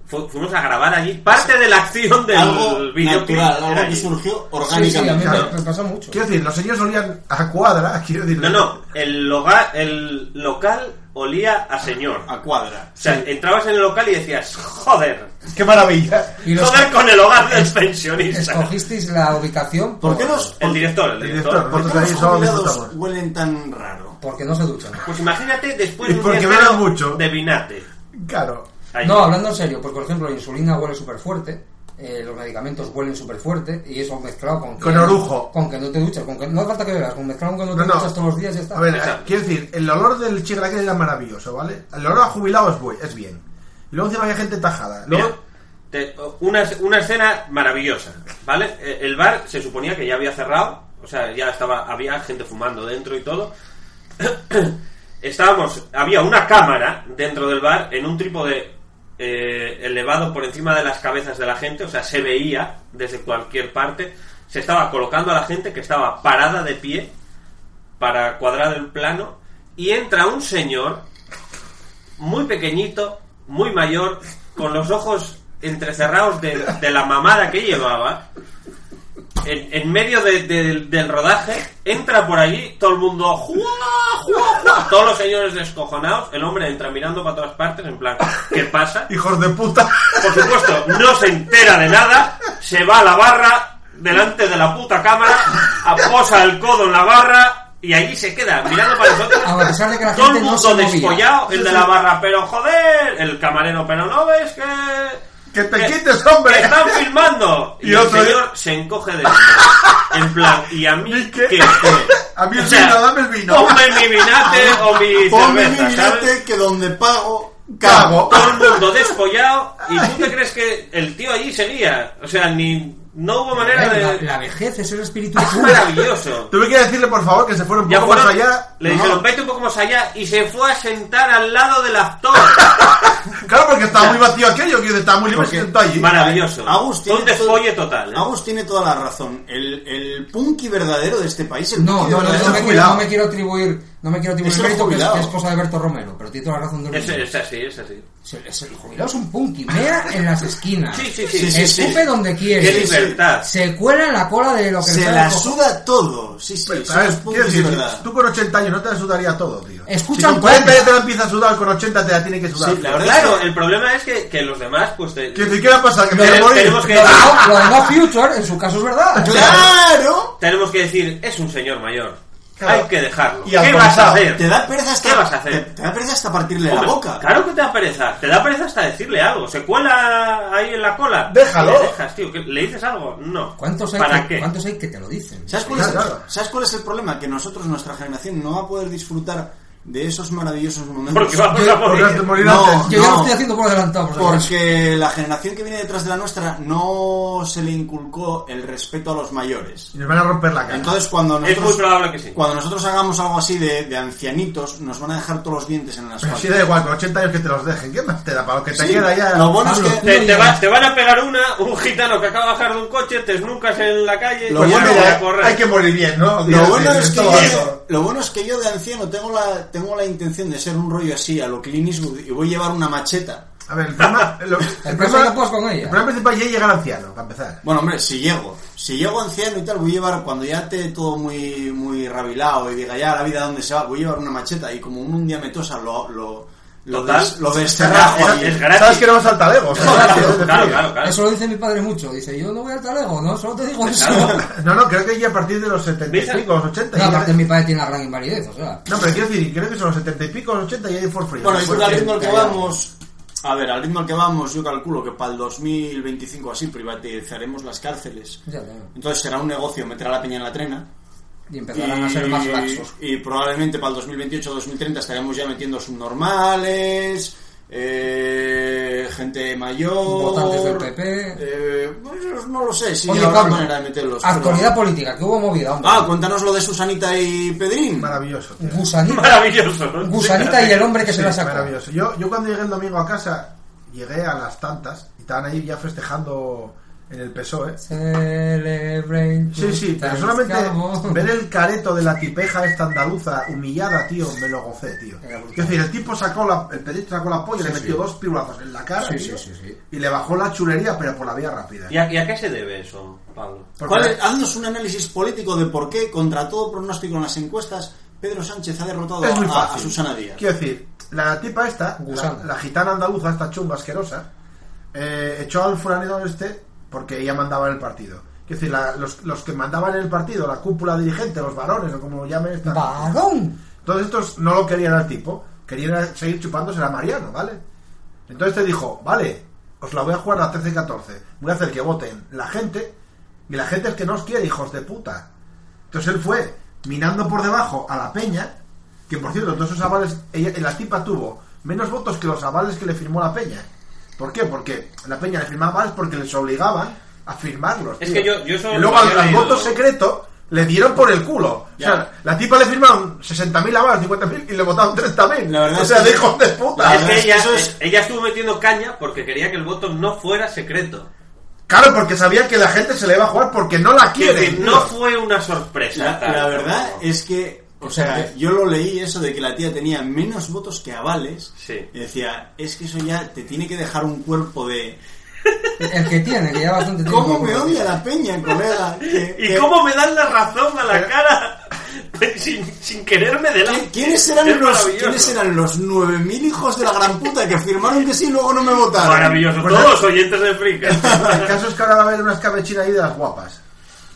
Fu- Fuimos a grabar allí parte de la acción del
Algo
videoclip
natural,
era
algo que
allí.
Sí,
surgió
sí, a mí
orgánicamente.
me, me pasó mucho.
Quiero decir, los señores olían a cuadra, <laughs> quiero decir.
No, no, el, loga- el local olía a señor.
A cuadra.
O sea, entrabas en el local y decías, joder,
¡Qué maravilla!
Y los-
joder con el hogar del pensionista.
escogisteis la ubicación
¿Por qué los,
El director, el
El
director.
director.
por qué
Nosotros
los
ahí solo
jubilados
disfrutamos.
huelen tan raro?
porque no se duchan.
Pues imagínate después de un
Porque
día
beben
entero
mucho.
de vinate.
Claro.
Allí.
No, hablando en serio, pues por ejemplo la insulina huele súper fuerte, eh, los medicamentos huelen súper fuerte y eso mezclado con... que-
Con orujo.
Con que no te duchas, con que no hace falta que bebas, con mezclado con que no te
No, no.
duchas todos los días ya está.
A ver, eh,
Exacto.
quiero decir, el olor del chigraque era maravilloso, ¿vale? El olor a jubilado es, bu- es bien. Y luego encima había gente tajada.
Mira,
Luego,
te- una, una escena maravillosa, ¿vale? Eh, El bar se suponía que ya había cerrado, o sea, ya estaba, había gente fumando dentro y todo. <coughs> Estábamos, había una cámara dentro del bar en un trípode eh, elevado por encima de las cabezas de la gente, o sea, se veía desde cualquier parte. Se estaba colocando a la gente que estaba parada de pie para cuadrar el plano y entra un señor muy pequeñito, muy mayor, con los ojos entrecerrados de, de la mamada que llevaba. En, en medio de- de- del rodaje, entra por allí todo el mundo, ¡juá, juá, juá! todos los señores descojonados, el hombre entra mirando para todas partes, en plan, ¿qué pasa?
hijos de puta. <laughs>
Por supuesto, no se entera de nada, se va a la barra delante de la puta cámara, aposa el codo en la barra y allí se queda mirando para nosotros.
A pesar de que la
Todo
gente
el
no
mundo
se movía.
despollado, el de la barra, pero joder, el camarero, pero no ves que...
¡Que
Eh,
te quites, hombre!
que están filmando! Y,
Y
el
otro- ¿eh?
señor se encoge de... En plan, ¿y a mí
¿Y
qué?
qué? <laughs> A mí el
O sea,
vino, dame el vino.
Ponme mi vinate o mi
Ponme
cerveza,
mi
¿sabes?
billete que donde pago, cago.
Cago.
todo el mundo despollado y tú te crees que el tío allí seguía. O sea, ni no hubo manera
Joder, la,
de...
la vejez es el espíritu
<laughs>
Es
puro.
maravilloso.
<laughs> Tuve que decirle, por favor, que se fuera un
Ya
poco más
fueron-
allá.
Le
No,
dijeron, vete un poco más allá y se fue a sentar al lado del actor.
Claro, porque estaba muy vacío aquello, que estaba muy libre
Porque-
sentado allí.
Maravilloso.
Agus tiene
Un desfolle
todo-
total, ¿eh?
Agus tiene toda la razón. El, el punky verdadero de este país, el
No,
punky
no, no,
verdadero
no, me,
jubilado.
no me quiero atribuir, no me quiero atribuir
Es
el
el
mérito que es,
jubilado.
que es cosa de Berto Romero, pero tiene toda la razón del
Es,
mundo.
es así, es así.
Es el jubilado es un punky, mea en las esquinas,
Sí, sí, sí.
escupe donde quiere,
Qué libertad.
se cuela en la cola de lo que le
Se
sale
la
del cojo.
suda todo. Sí, sí,
Pues,
Pero,
son
¿sabes?
los punkis
Quiero decir,
de verdad.
tú con 80 años no te la sudaría todo, tío.
Escucha
si con
un
40
poco.
ya te la empieza a sudar, con 80 te la tiene que sudar.
Sí, la verdad
Claro,
es que-
el problema es que, que los demás, pues. te-
Quiero decir, ¿qué va a pasar? Que me voy a
Tenemos-
morir.
tenemos que-
Lo de No- lo de No Future, en su caso es verdad.
¡Claro!
tenemos que decir, es un señor mayor.
Claro.
Hay que dejarlo.
Y
¿Qué
alcanzado.
vas a hacer?
Te da pereza hasta,
¿Qué vas a hacer?
Te, te da pereza hasta partirle
Hombre,
la boca.
Claro que te da pereza. Te da pereza hasta decirle algo. Se cuela ahí en la cola.
Déjalo.
Le dejas, tío. ¿Qué- ¿Le dices algo? No.
¿Cuántos hay,
¿Para
que,
qué?
¿Cuántos hay que te lo dicen?
¿Sabes cuál, es,
Claro, claro.
¿Sabes cuál es el problema? Que nosotros, nuestra generación, no va a poder disfrutar de esos maravillosos
<laughs>
momentos.
Porque vamos
Yo-
a morir.
porque te morir
No,
antes.
Yo ya lo
No.
estoy haciendo por adelantado, por si acaso.
Porque la generación que viene detrás de la nuestra no se le inculcó el respeto a los mayores.
Y nos van a romper la cara.
Entonces, cuando
Es muy
nosotros,
probable que sí.
cuando nosotros hagamos algo así de, de ancianitos, nos van a dejar todos los dientes en las
Pero
patas.
si da igual, con 80 años que te los dejen, ¿qué más te da? Para lo que te queda ya.
Lo bueno
Pablo,
es que...
Te, te va- te van a pegar una, un gitano que acaba de bajar de un coche, te esnucas en la calle
Lo
y
bueno
ya
ya-
voy a correr.
Pues Hay que morir bien, ¿no?
Lo bueno,
Sí,
es
sí,
que
todo
yo,
eso.
lo bueno es que yo de anciano tengo la, tengo la intención de ser un rollo así a lo Clint Eastwood y voy a llevar una macheta.
A ver, el problema.
<laughs>
lo- el
El
problema-
problema no puedes pues con
el
ella.
problema principal ya es llegar anciano, para empezar.
Bueno, hombre, si llego, si llego anciano y tal, voy a llevar, cuando ya esté todo muy, muy rabilado y diga ya la vida dónde se va, voy a llevar una macheta y como un día me tosa lo, lo, lo,
Total.
des- <laughs> lo desterrajo.
Es-
ahí.
es gratis.
Sabes que no vas al talego. <laughs>
Claro, claro,
<laughs>
claro, claro.
Eso lo dice mi padre mucho. Dice, yo no voy al talego, ¿no? Solo te digo eso.
No, no, creo que ya a partir de los 70 y
¿Ves?
pico, los 80.
No,
ya-
aparte mi padre tiene la gran invalidez, o sea.
No, pero quiero decir, creo que son los 70 y pico, los 80 y hay for free.
Bueno, yo creo que al ritmo al que
Ya, ya.
vamos, a ver, al ritmo al que vamos, yo calculo que para el 2025 así privatizaremos las cárceles.
Ya, ya.
Entonces será un negocio meter a la peña en la trena.
Y empezarán a ser más laxos.
y probablemente para el 2028-2030 estaremos ya metiendo subnormales, eh, gente mayor.
Votantes del PP.
eh, pues, no lo sé, si
Oye,
habrá
Pablo,
manera de meterlos. pero-
actualidad política, que hubo movida, hombre.
Ah, cuéntanos lo de Susanita y Pedrín.
Maravilloso. tío.
Gusanita,
Maravilloso. ¿no?
Gusanita y el hombre que se
Sí,
la sacó.
maravilloso. Yo, yo cuando llegué el domingo a casa, llegué a las tantas y estaban ahí ya festejando en el PSOE.
Celebrating
Sí, sí, pero
times,
solamente
cabo.
ver el careto de la tipeja esta andaluza humillada, tío, me lo gocé, tío.
Era brutal.
Es decir, el tipo sacó la, el pedito sacó la polla, le metió dos pirulazos en la cara
Sí,
tío,
sí, sí, sí.
y le bajó la chulería, pero por la vía rápida.
¿Y a, y a qué se debe eso, Pablo?
Porque-
¿Cuál es- Haznos un análisis político de por qué, contra todo pronóstico en las encuestas, Pedro Sánchez ha derrotado
es muy
a,
fácil.
a Susana Díaz.
Quiero decir, la tipa esta, la,
Gusana.
la gitana andaluza, esta chunga asquerosa, eh, echó al fulanito este porque ella mandaba en el partido. Quiero decir, la- los, los que mandaban en el partido, la cúpula dirigente, los varones, o como llamen esta.
¡Varón!
Entonces estos no lo querían al tipo, querían seguir chupándose a Mariano, ¿vale? Entonces te dijo, vale, os la voy a jugar a 13-14, voy a hacer que voten la gente, y la gente es que no os quiere, hijos de puta. Entonces él fue minando por debajo a la peña, que por cierto, todos esos avales, ella, la tipa tuvo menos votos que los avales que le firmó la peña. ¿Por qué? Porque la peña le firmaba avales porque les obligaban a firmarlos.
Es
tío.
que yo- yo eso
y luego
lo
al,
había
al
leído.
voto secreto le dieron por el culo.
Ya.
O sea, la tipa le firmaron 60.000 avales, 50.000 y le votaron 30.000.
La verdad
o sea,
es que-
de hijos de puta.
La
es
verdad
que
es que
ella, eh,
eso es-
ella estuvo metiendo caña porque quería que el voto no fuera secreto.
Claro, porque sabían que la gente se le iba a jugar porque no la
Quiero
quieren.
decir,
tío.
no fue una sorpresa.
La,
tal,
la verdad
como-
es que, o sea, yo lo leí eso de que la tía tenía menos votos que avales.
Sí.
Y decía, es que eso ya te tiene que dejar un cuerpo de.
El que tiene, que ya bastante tiempo.
¿Cómo me odia la <laughs> peña, colega? Que-
¿Y
que-
cómo me dan la razón a la cara <laughs> sin, sin quererme delante?
que- ¿Quiénes eran,
Es
los,
maravilloso.
¿Quiénes eran los 9.000 hijos de la gran puta que firmaron que sí y luego no me votaron?
Maravilloso.
Pues
Todos oyentes de
<laughs>
Frica.
<laughs> El caso es que ahora va a haber una escabechina ahí de las guapas.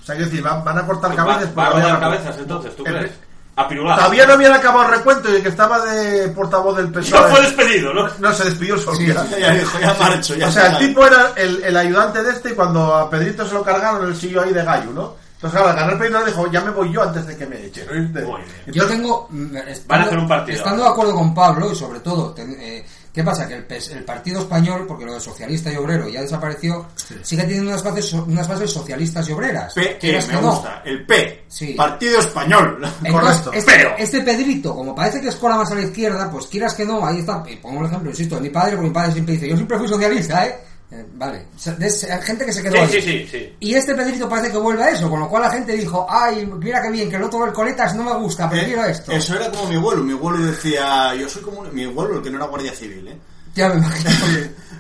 O sea, quiero decir, van, van a cortar cabezas.
Va, va a
por
rodar
la vía rápida.
cabezas entonces, ¿tú
El-
crees? A pirulazos.
Todavía no habían acabado el recuento y el que estaba de portavoz del PSOE.
No fue despedido, ¿no?
No, se despidió solo.
Sí,
ya.
Ya dijo, ya marcho, ya
o sea, el
está.
tipo era el, el ayudante de este y cuando a Pedrito se lo cargaron, él siguió ahí de gallo, ¿no? Entonces, claro, al ganar Pedrito le dijo, ya me voy yo antes de que me echen. ¿oíste?
Muy bien.
Yo tengo. mm, Estando,
hacer un partido.
Estando de acuerdo con Pablo y sobre todo ten- eh,
¿Qué pasa? Que el, PES el Partido Español, porque lo de socialista y obrero ya desapareció, sigue teniendo unas bases, so- unas bases socialistas y obreras.
P, que
Quieras
me
no.
gusta. El P.
Sí.
Partido Español.
Entonces, Este,
Pero.
este Pedrito, como parece que escola más a la izquierda, pues quieras que no, ahí está. Y pongo un ejemplo, insisto, de mi padre, porque mi padre siempre dice, yo siempre fui socialista, ¿eh? Eh, vale. O sea, de ese- hay gente que se quedó
Sí,
ahí.
sí, sí, sí.
Y este Pedrito parece que vuelve a eso, con lo cual la gente dijo, ay, mira qué bien, que el otro del coletas no me
Eh,
gusta, prefiero esto.
Eso era como mi abuelo. Mi abuelo decía. Yo soy como. un- Mi abuelo, el que no era guardia civil, ¿eh?
Ya me imagino.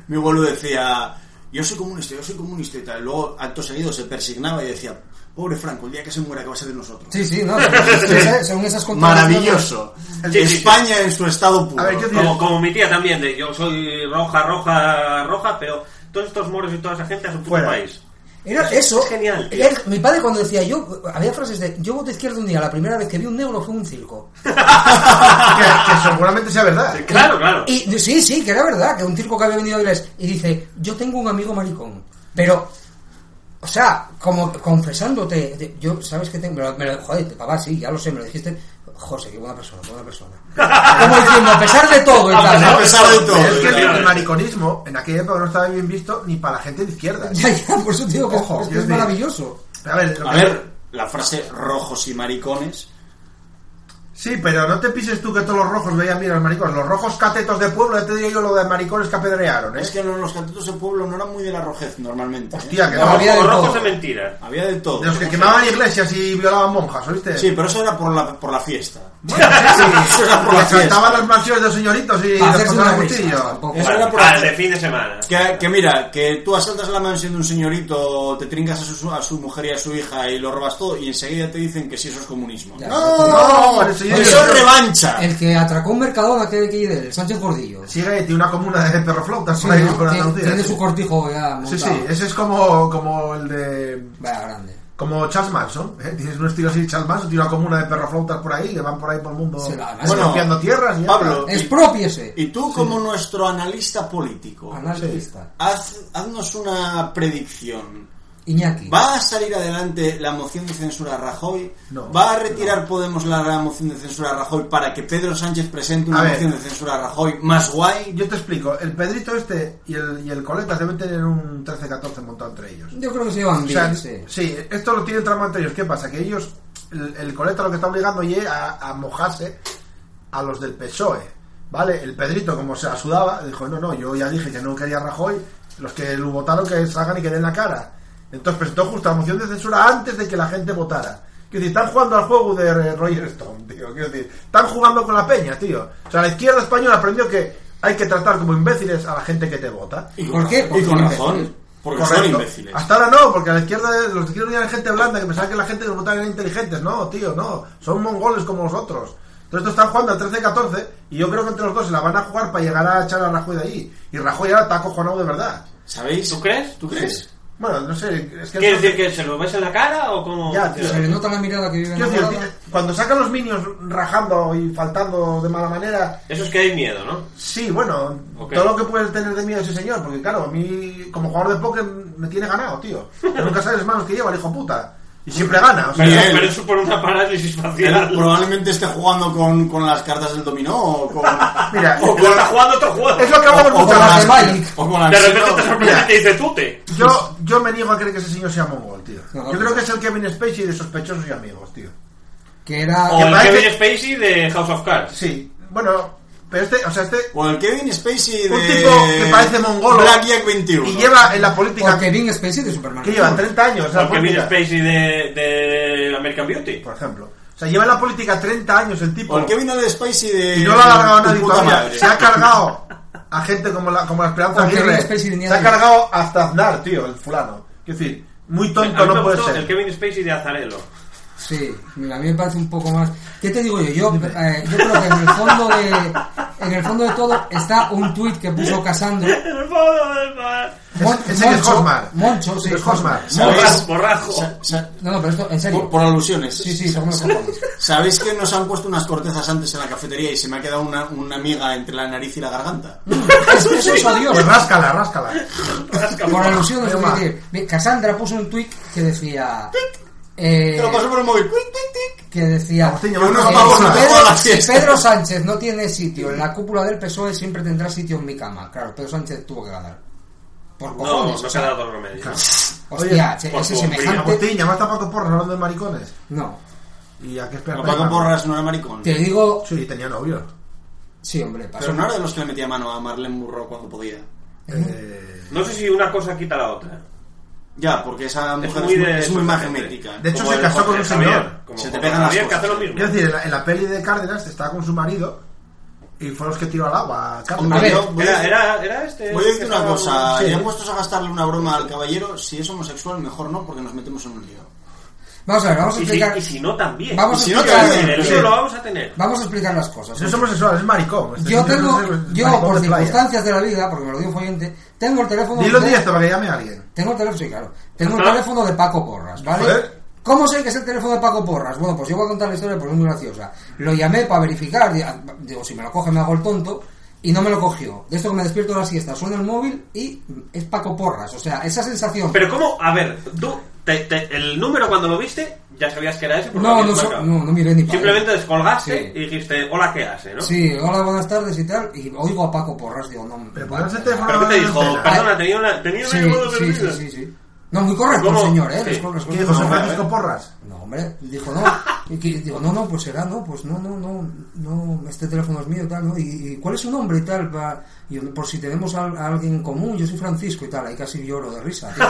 mi abuelo decía, yo soy comunista, yo soy comunista y tal. Luego, acto seguido, se persignaba y decía, pobre Franco, el día que se muera, ¿qué va a ser de nosotros?
Sí, sí, no, pues, según
<laughs>
esas- según esas contradicciones.
Maravilloso.
Sí, sí, sí.
España en su estado puro.
como, como mi tía también, de yo soy roja, roja, roja, pero todos estos moros y toda esa gente a su puto
Fuera.
país.
Era eso.
Es genial. tío.
era- mi padre cuando decía yo, había frases de yo voté izquierda un día, la primera vez que vi un negro fue un circo.
<laughs> que, que seguramente sea verdad.
Claro, claro.
Y sí, sí, que era verdad, que un circo que había venido a Avilés y dice, yo tengo un amigo maricón, pero, o sea, como confesándote, de- yo, ¿sabes que tengo? Me lo, me lo- joder, papá, sí, ya lo sé, me lo dijiste, José, qué buena persona, qué buena persona. Como diciendo, a pesar de todo, y tal, ¿no?
Es que el, el mariconismo en aquella época no estaba bien visto ni para la gente de izquierda.
<laughs> Ya, ya, por eso te digo que es- es que es
quiero decir-
maravilloso.
A ver, lo
A
que-
ver, la frase rojos y maricones.
Sí, pero no te pises tú que todos los rojos veían bien a los maricones. Los rojos catetos de pueblo, ya te digo yo lo de maricones que apedrearon, ¿eh?
Es que los, los cantitos de pueblo no eran muy de la rojez normalmente. ¿eh?
Hostia, que No, no. había de
Los
todo.
mentira.
Había de todo.
De los que quemaban iglesias y violaban monjas, ¿oíste?
Sí, pero eso era por la, por la fiesta. <laughs>
eso era por la fiesta. Saltaban las mansiones de los señoritos y los pasaban el cuchillo.
Eso
Bueno,
era por
al
la-
de fin de semana.
Que, que mira, que tú asaltas la mansión de un señorito, te trincas a su, a su mujer y a su hija y lo robas todo y enseguida te dicen que si eso es comunismo.
no, el señor-
eso es revancha.
El que atracó un mercadona que hay que ir, el Sánchez Gordillo.
Sigue, tiene una comuna de perroflautas por
Sí,
ahí
¿no?
por
Tiene-
Andalucía.
tiene
sí.
su cortijo ya montado.
Sí, sí, ese es como, como el de...
Vaya grande.
Como Charles Manson, ¿eh? Tienes un estilo así, Charles Manson, tiene una comuna de perroflautas por ahí, que van por ahí por el mundo
Sí, la-
bueno, limpiando tierras y ya
Pablo,
está.
y- Y tú, como nuestro analista político,
Analista.
haz- haznos una predicción.
Iñaki.
¿Va a salir adelante la moción de censura a Rajoy?
No.
¿Va a retirar Podemos la, la moción de censura a Rajoy para que Pedro Sánchez presente
A
una
ver.
moción de censura a Rajoy más guay?
Yo te explico, el Pedrito este y el, y el Coletas deben tener un 13-14 montado entre ellos.
Yo creo que se llevan
O sea,
bien, sí.
esto lo tienen tramo entre ellos. ¿Qué pasa? Que ellos, el, el Coleta lo que está obligando ye a, a mojarse a los del PSOE. ¿Vale? El Pedrito, como se la sudaba, dijo: No, no, yo ya dije que no quería a Rajoy. Los que lo votaron que salgan y que den la cara. Entonces presentó justo la moción de censura antes de que la gente votara. Quiero decir, están jugando al juego de eh, Roger Stone, tío. Quiero decir, están jugando con la peña, tío. O sea, la izquierda española aprendió que hay que tratar como imbéciles a la gente que te vota.
¿Y con ¿Por qué? razón.
Porque
Y con
son
razón.
imbéciles.
Porque son imbéciles.
Hasta ahora no, porque a la izquierda, los de izquierda eran gente blanda, que pensaban que la gente que los votaba eran inteligentes. No, tío, no. Son mongoles como los otros. Entonces, estos están jugando al 13-14, y yo creo que entre los dos se la van a jugar para llegar a echar a Rajoy de allí. Y Rajoy ahora está acojonado de verdad.
¿Sabéis?
¿Tú crees? ¿Tú crees?
Bueno, no sé, es que...
¿Quieres decir que se lo ves en la cara o cómo?
Ya, tío. Se le nota
la mirada que vive
Quiero decir, tío, cuando sacan los minions rajando y faltando de mala manera,
Eso es que hay miedo, ¿no?
Sí, bueno,
Ok.
todo lo que puedes tener de miedo ese señor, porque claro, a mí como jugador de póker me tiene ganado, tío. Yo nunca sabes las manos que lleva el hijo puta. Y siempre gana, o sea,
Miguel.
Pero eso por una parálisis facial. <laughs>
Él probablemente esté jugando con, con las cartas del dominó o con...
<laughs> Mira,
<laughs> o
Él está jugando otro juego.
es lo que hablamos
o con
mucho
las-
más.
o con
De
las-
repente te sorprende y te dice tute.
Yo, yo me niego a creer que ese señor sea mongol, tío.
No, no,
Yo creo
no.
que es el Kevin Spacey de sospechosos y amigos, tío.
Que era.
O
Ah, que
el
parece-
Kevin Spacey de House of Cards.
Sí, bueno, pero este, o sea, este...
O el Kevin Spacey de...
Un Pues tipo que parece mongolo.
Black Jack 21.
Y lleva en la política...
Porque Kevin Spacey de Superman.
Que lleva 30 años en
O
la
el Kevin
política,
Spacey de, de American Beauty.
por ejemplo. O sea, lleva en la política 30 años el tipo...
O el Kevin de Spacey de...
Y no lo ha alargado
tu
nadie
puta
todavía.
madre.
Se ha cargado a gente como la, como la Esperanza
Aunque
Aguirre.
Kevin Spacey tenía
Se ha
algo.
cargado hasta Aznar, tío, el fulano. Es decir, muy
A
tonto
mí me
no puede
gustó
ser.
El Kevin Spacey de <laughs> Azarelo.
Sí, mira, a mí me parece un poco más. ¿Qué te digo yo? Yo, eh, yo creo que en el fondo de. En el fondo de todo está un tuit que puso Casandro. Mon-
Ese- ese que es Hosmar.
Moncho, sí.
Es Hosmar.
¿Sabéis?
Borrajo. <laughs>
Sa- sa-
No, no, pero esto, en serio.
Por, por alusiones.
Sí, sí, por unos cojones.
¿Sabéis que nos han puesto unas cortezas antes en la cafetería y se me ha quedado una, una miga entre la nariz y la garganta?
Mm.
Es que eso es odioso.
Pues ráscala, ráscala.
Por alusión,
Pero
no
mal.
sé qué decir. Bien, Cassandra puso un tuit que decía. Eh,
Te lo paso por el móvil.
que decía
Agustín,
"Eh,
llámame a Pablo,
si
me
Pedro,
juego a la
si
siesta".
Pedro Sánchez no tiene sitio en la cúpula del PSOE E, siempre tendrá sitio en mi cama claro Pedro Sánchez tuvo que ganar por
No,
cojones
no
o
se
sea,
ha dado remedio.
hostia che, ese semejante
Agustín, llamaste a Paco Porras hablando de maricones.
No.
¿Y a qué esperas?
Paco Porras no era maricón.
Te digo-
Sí, tenía novio.
sí hombre pasó
Pero no era de los que le metía mano a Marlene Murro cuando podía.
¿Eh?
No sé si una cosa quita la otra.
Ya, porque esa mujer
muy
es muy,
de-
es muy
de-
magnética.
De hecho,
Como
se
el
casó con
Jorge
un
Javier.
señor.
Se te pegan las cosas.
Es Eh, decir, en la, en la peli de Cárdenas estaba con su marido y fueron los que tiró al agua. a Cárdenas.
Hombre, yo voy
Eh,
a-
este,
Voy a decir
que
una
estaba-
cosa.
sí.
Ya puestos a gastarle una broma al caballero, si es homosexual, mejor no, porque nos metemos en un lío.
vamos a ver vamos a
Y si-
explicar
y si no, también.
vamos
Y
a
si no,
explicar
también. El lío lo
vamos a tener
vamos a explicar las cosas
No somos sexuales, es maricón. Este
yo
señor
tengo
es maricón
yo por
de playa.
circunstancias de la vida porque me lo dio un oyente tengo el teléfono
Dilo
de-
directo para que llame a alguien.
Tengo el teléfono, sí, claro. Tengo el
Ajá.
teléfono de Paco Porras, ¿vale?
Joder.
¿Cómo sé que es el teléfono de Paco Porras? Bueno, pues yo voy a contar la historia porque es muy graciosa. Lo llamé para verificar, di- digo, si me lo coge me hago el tonto, y no me lo cogió. De esto que me despierto de la siesta, suena el móvil y es Paco Porras. O sea, esa sensación...
Pero cómo, a ver, tú, te- te- el número cuando lo viste, ya sabías que era ese. porque lo
No, no,
habías
so-
marcado.
no, no miré ni para
Simplemente
él.
descolgaste y dijiste, hola, ¿qué hace? ¿no?
Sí, hola, buenas tardes y tal, y oigo a Paco Porras, digo, no... vale, vale.
¿Pero qué te dijo? Perdona, tenía una... Tenía
Ah, Sí,
una llamada
sí,
perdida.
sí, No, muy correcto
¿Cómo?
el señor, ¿eh?
Sí.
Es correcto,
¿Qué dijo,
no,
San
hombre,
Francisco
¿eh?
Porras?
No, hombre, dijo no. Y que- digo, no, no, pues será, no, pues no, no, no, no, este teléfono es mío y tal, ¿no? ¿Y, y cuál es su nombre y tal? pa- y yo, por si tenemos a, a alguien en común, yo soy Francisco y tal, ahí casi lloro de risa, tío.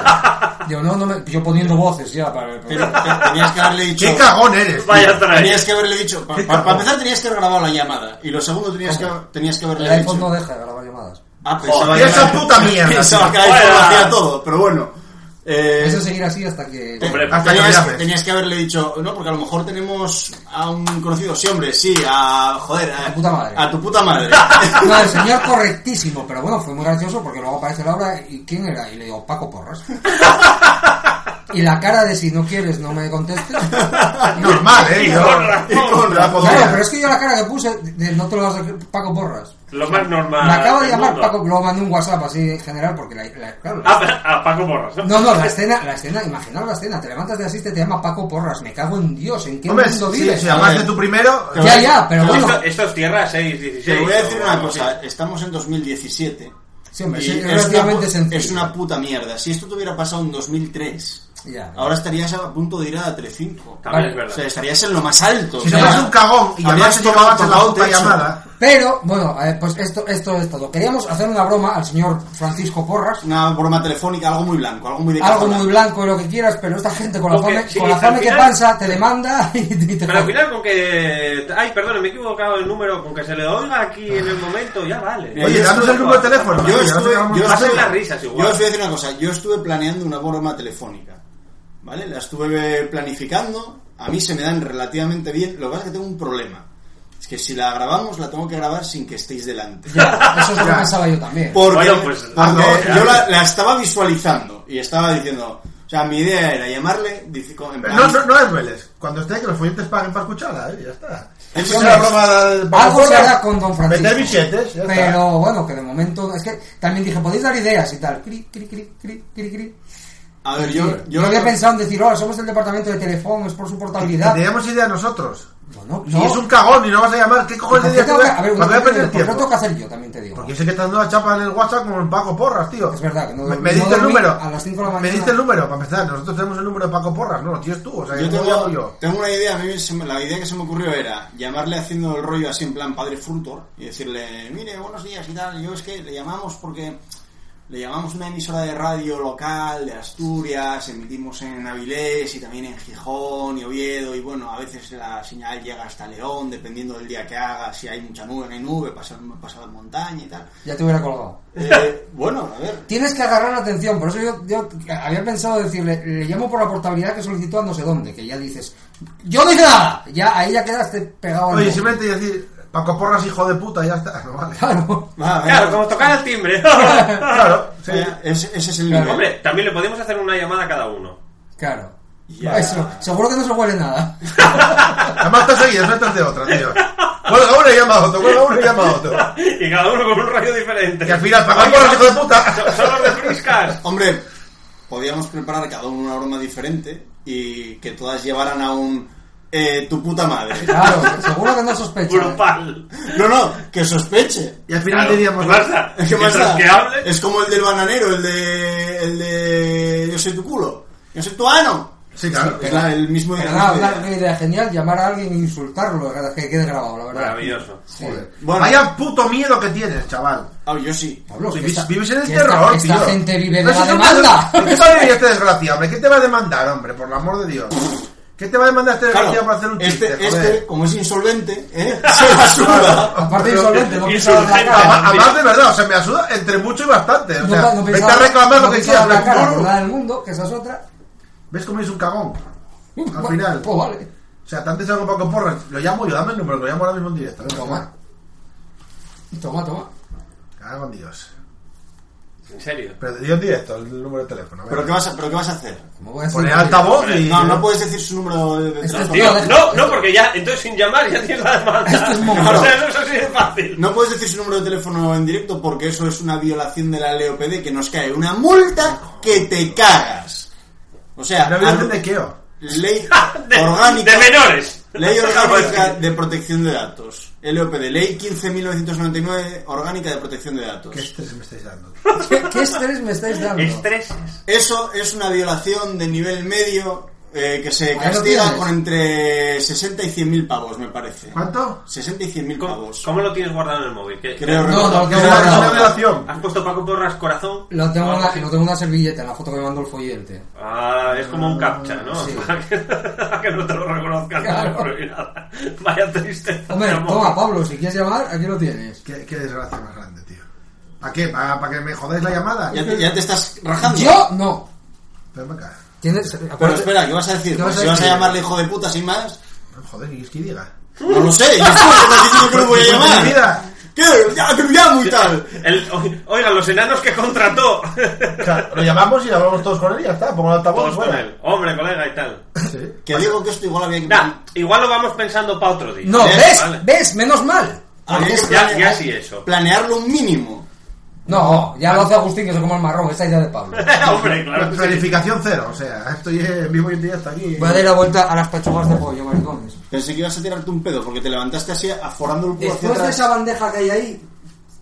Digo, no, no me- yo poniendo voces ya para...
<laughs> Pero te- tenías que haberle dicho.
¡Qué cagón eres, tío! Vaya trae.
Tenías que haberle dicho. pa- pa- Para empezar, tenías que haber grabado la llamada. Y lo segundo, tenías que, tenías que haberle
El iPhone
dicho.
no deja de grabar llamadas.
Ah, pensaba
Joder,
que-
esa puta mierda,
<laughs>
tío.
Pensaba que el iPhone lo
Fuera.
hacía todo, pero bueno. Eh,
Eso seguir así hasta que...
Te- tenías, tenías que haberle dicho, no, porque a lo mejor tenemos a un conocido, sí, hombre, sí, a. Joder, a, tu puta madre. A tu puta madre. <laughs>
No, el señor correctísimo, pero bueno, fue muy gracioso porque luego aparece Laura y ¿quién era? Y le digo, Paco Porras. Y la cara de si no quieres no me contestes.
Normal, ¿eh? Y Yo- con razón. y con razón.
Claro, pero es que yo la cara que puse de, de no te lo vas a creer, Paco Porras.
Lo más normal.
Me acaba de
Ah, del
llamar
mundo.
Paco, lo mandé un WhatsApp así en general porque la, la- claro, la-
Ah, pero- ah, Paco Borras.
no, no, la escena, la escena, imaginaos la escena, te levantas de asiste, te llama Paco Porras, me cago en Dios, ¿en qué
Hombre,
mundo
si-
vives?
si llamaste tú primero-
Ya, ya, pero bueno.
Esto, esto es tierra 6, 16.
Te voy a decir
o
una
algo
cosa, estamos en 2017.
Sí, hombre,
y
sí, es
una
relativamente
pu-
sencillo.
es una puta mierda. Si esto te hubiera pasado en 2003,
Ya.
ahora estarías a punto de ir a 3.5.
También es
O
verdad.
sea, estarías en lo más alto.
Si
o sea,
no eres un cagón y
habrías
además te
tocado-
llevabas en la
tocado
puta
techo.
llamada.
Pero, bueno, eh, pues esto, esto es todo. Queríamos hacer una broma al señor Francisco Porras.
Una broma telefónica, algo muy blanco, algo muy de
Algo
cajón.
muy blanco y lo que quieras, pero esta gente con la
Porque,
fame,
sí,
con la
al
fame que
final-
pasa te demanda <laughs> y, y te
Pero al
jode.
final con que... Ay, perdón, me he equivocado el número. Con que se le oiga aquí en el momento, ya vale.
Mira, yo
danos
estuve-
el número de teléfono.
Yo
Mira,
estuve,
danos el
yo
número
estuve-
de teléfono. Hacen las risas igual.
yo os voy a decir una cosa. Yo estuve planeando una broma telefónica. ¿Vale? La estuve planificando. A mí se me dan relativamente bien. Lo que pasa es que tengo un problema. Es que si la grabamos, la tengo que grabar sin que estéis delante.
Eso es lo que pensaba yo también.
Porque,
Bueno, pues,
porque
hazlo,
yo
claro.
la, la estaba visualizando y estaba diciendo. O sea, mi idea era llamarle. dice- con- en plan-
No, no, no les dueles. Cuando esté, que los folletes paguen para escucharla, ¿eh? Ya está.
Eso
Esa
es.
del Paco
Algo se
Porras.
hará con Don Francisco.
Vender billetes, ya
pero
está.
bueno, que de momento. Es que también dije, podéis dar ideas y tal. Cri, cri, cri, cri, cri, cri.
A ver, yo.
yo, había pensado en decir, hola, somos el departamento de teléfono, es por su portabilidad.
Teníamos idea nosotros.
Bueno,
Si es un cagón y no vas a llamar, ¿qué cojones de
¿Por qué
día
tengo que- a ver,
¿Para qué voy a
una-
perder
¿por qué lo
tiempo?
tengo que hacer yo? También te digo.
Porque yo sé que estás dando la chapa en el WhatsApp como en Paco Porras, tío.
Es verdad que no
Me,
dormí-
me
no
diste el
dormí
número.
a las cinco de la
Me
mañana.
diste el número, para empezar. Nosotros tenemos el número de Paco Porras, no lo tienes tú. O sea,
Yo
yo te llamo
tengo,
yo.
tengo una idea, a mí se me- la idea que se me ocurrió era llamarle haciendo el rollo así en plan padre Frutor y decirle, mire, buenos días y tal, yo es que le llamamos porque le llamamos una emisora de radio local de Asturias, emitimos en Avilés y también en Gijón y Oviedo y bueno, a veces la señal llega hasta León, dependiendo del día que haga, si hay mucha nube, no hay nube, pasa, pasa la montaña y tal.
Ya te hubiera colgado.
<laughs>
Eh, bueno, a ver,
Tienes que agarrar la atención, por eso yo, yo había pensado decirle, le llamo por la portabilidad que solicitó a no sé dónde, que ya dices, yo no hice nada, ya ahí ya quedaste pegado al
Oye,
móvil.
simplemente decir, Paco Porras, hijo de puta, ya está. <laughs> No vale.
<laughs> Claro.
Claro, como tocar el timbre.
Claro, sí.
Ah, eh, ese, es el
nivel.
Hombre, también le podemos hacer una llamada a cada uno. <laughs>
Claro. Eso, seguro que no se huele nada.
Además, te seguidas detrás de otra, tío. Cuelga uno y llama a otro, cuelga uno y llama a otro.
Y cada uno con un rayo diferente.
Y al final, Paco Porras, hijo de puta.
<laughs> Hombre, podíamos preparar cada uno una broma diferente y que todas llevaran a un eh, tu puta
<laughs>
madre.
Claro, seguro que no sospecha.
Grupal.
No, no, que sospeche.
Y al final Claro, diríamos, ¿qué más da?
¿Qué más
Mientras
da?
que hable.
Es como el del bananero, el de, el de yo soy tu culo, yo soy tu ano.
Sí, claro.
Es la- el mismo
Pero
la
nada,
misma
una, una idea genial, llamar a alguien e insultarlo, que quede grabado, la verdad.
Maravilloso.
Sí.
Bueno.
Vaya puto miedo que tienes, chaval.
Ah, yo sí.
Pablo, que
vivís,
esta-
vivís en el
que esta-
terror,
que esta
tío.
gente vive de
No,
la
si tú
demanda.
vas- ¿Qué te va a vivir este desgraciado, hombre? ¿Qué te va a demandar, hombre? Por el amor de Dios. ¿Qué te va a demandar este
Claro,
desgraciado para hacer un chiste?
este,
joder?
este, como es insolvente,
<laughs>
¿eh? se la suda.
Aparte
Pero-
insolvente, no
Insolvente,
pensaba en la cara.
Además, además, de verdad, o sea, me asuda entre mucho y bastante. O
No,
sea,
pa- no
me
pensaba-
está reclamando
no
que
pensaba
quieras
en la cara,
hablar
por
con
nada del mundo, que esa es otra.
¿Ves cómo es un cagón? Al
Bueno,
final.
<laughs> pues vale.
O sea, antes algo Paco Porras. Lo llamo yo, dame el número, que lo llamo ahora mismo en directo. Venga,
Toma. Toma, toma.
Cago en Dios.
¿En serio?
Pero yo en directo, el número de teléfono.
¿Pero qué, vas a, ¿Pero qué vas a hacer?
¿Cómo voy a decir?
Poner altavoz y.
No, no puedes decir su número de de
Este
teléfono.
Tío,
No, deja-
no, no, porque ya, entonces sin llamar ya tienes la demanda.
Esto es muy
<laughs> O sea, no es así de fácil. <laughs>
No puedes decir su número de teléfono en directo porque eso es una violación de la LOPD que nos cae una multa que te cagas. O sea,
Una violación
ar-
de Keo.
ley
Ah, De,
orgánica.
de menores. <laughs> Pues,
Ley orgánica de protección de datos. LOPD, ley 15.999 orgánica de protección de datos.
¿Qué estrés me estáis dando?
¿Qué, qué estrés me estáis dando?
Estreses.
Eso es una violación de nivel medio eh, que se
lo
castiga
tienes.
con entre 60 y 100 mil pavos, me parece.
¿Cuánto?
60 y 100 mil
¿Cómo,
pavos.
cómo lo tienes guardado en el móvil? ¿Qué-
Creo
qué-
No, no,
Que
que
es
no,
una
no,
una
no.
violación.
¿Has puesto Paco Porras corazón?
Lo tengo,
Ah,
en la,
sí.
lo tengo en una servilleta, en la foto que me mandó el follete.
Ah, es como un captcha, ¿no?
Sí.
Para <laughs> que, para que no te lo reconozcan.
Claro.
no te lo nada. Vaya tristeza.
Hombre,
mi amor.
toma, Pablo, si quieres llamar, aquí lo tienes.
Qué, qué desgracia más grande, tío. ¿Para qué? ¿Para, para que me jodáis la llamada?
Ya te, ya te estás rajando.
Yo no.
Pero me cago.
Tienes,
Pero
acuérdate-
espera, ¿qué vas a decir? Pues
¿Qué vas a
si vas a
decir?
llamarle hijo de puta sin más,
Joder, ¿qué es que diga?
no lo sé. Yo estoy diciendo que lo voy a
Pues,
llamar.
mi vida.
¿Qué? Ya, que lo llamo y tal.
El- o- oigan, los enanos que contrató.
Claro, lo llamamos y hablamos todos con él y ya está. Pongo el altavoz.
Todos con
fuera.
él. Hombre, colega y tal.
Sí.
Que digo que esto igual había que...
Nah, igual lo vamos pensando para otro día.
No,
Eh,
¿ves?
vale.
¿Ves? Menos mal.
había que
Ya-
planear-
ya sí eso.
Planearlo un mínimo.
No, ya lo hace Agustín, que se come el marrón. Esa idea de Pablo.
<laughs> Hombre, claro. que sí.
Planificación cero, o sea, estoy en vivo y en directo aquí.
Voy a dar la vuelta a las pechugas de pollo, maricones.
Pensé que ibas a tirarte un pedo porque te levantaste así aforando el culo hacia
Después de
atrás.
esa bandeja que hay ahí,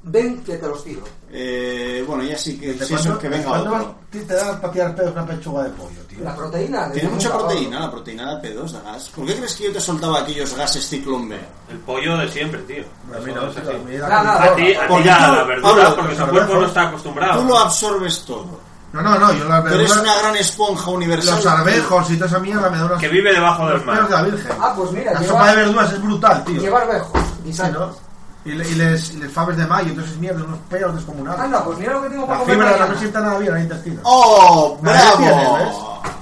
ven que te los tiro.
Eh, bueno, ya sí que...
¿Desde
Si eso,
cuándo-
que
desde
venga
cuándo
otro.
te te da para tirar pedos una pechuga de pollo, tío?
La proteína.
Tiene
de-
mucha proteína, la proteína da P2, da gas. ¿Por qué crees que yo te soltaba aquellos gases ciclón B?
El pollo de siempre, tío.
A mí
Eso
no,
es
tío,
así.
a mí la-
Nada, nada.
A ti, a ti
Porque
la,
tú-
la verdura,
Pablo,
porque
pero
su cuerpo
mejor.
no está acostumbrado.
Tú lo absorbes todo.
No, no, no, yo las
Tú eres
verduras-
una gran esponja universal.
los arbejos y toda esa mierda me da unos
Que vive debajo del
unos pedos de
mar.
la virgen.
Ah, pues mira,
la
lleva-
sopa de verduras es brutal, tío.
Llevar bejos. Y
Sí, ¿no? Y, le- y les, y les fabes de mayo, entonces mierda, unos pedos descomunales.
Anda, pues mira lo que tengo para
la
comer.
fibra no
mañana.
me sienta nada bien al intestino.
¡Oh,
Ahí lo tienes, ¿ves?
bravo! ¿Qué
Toda
pasa?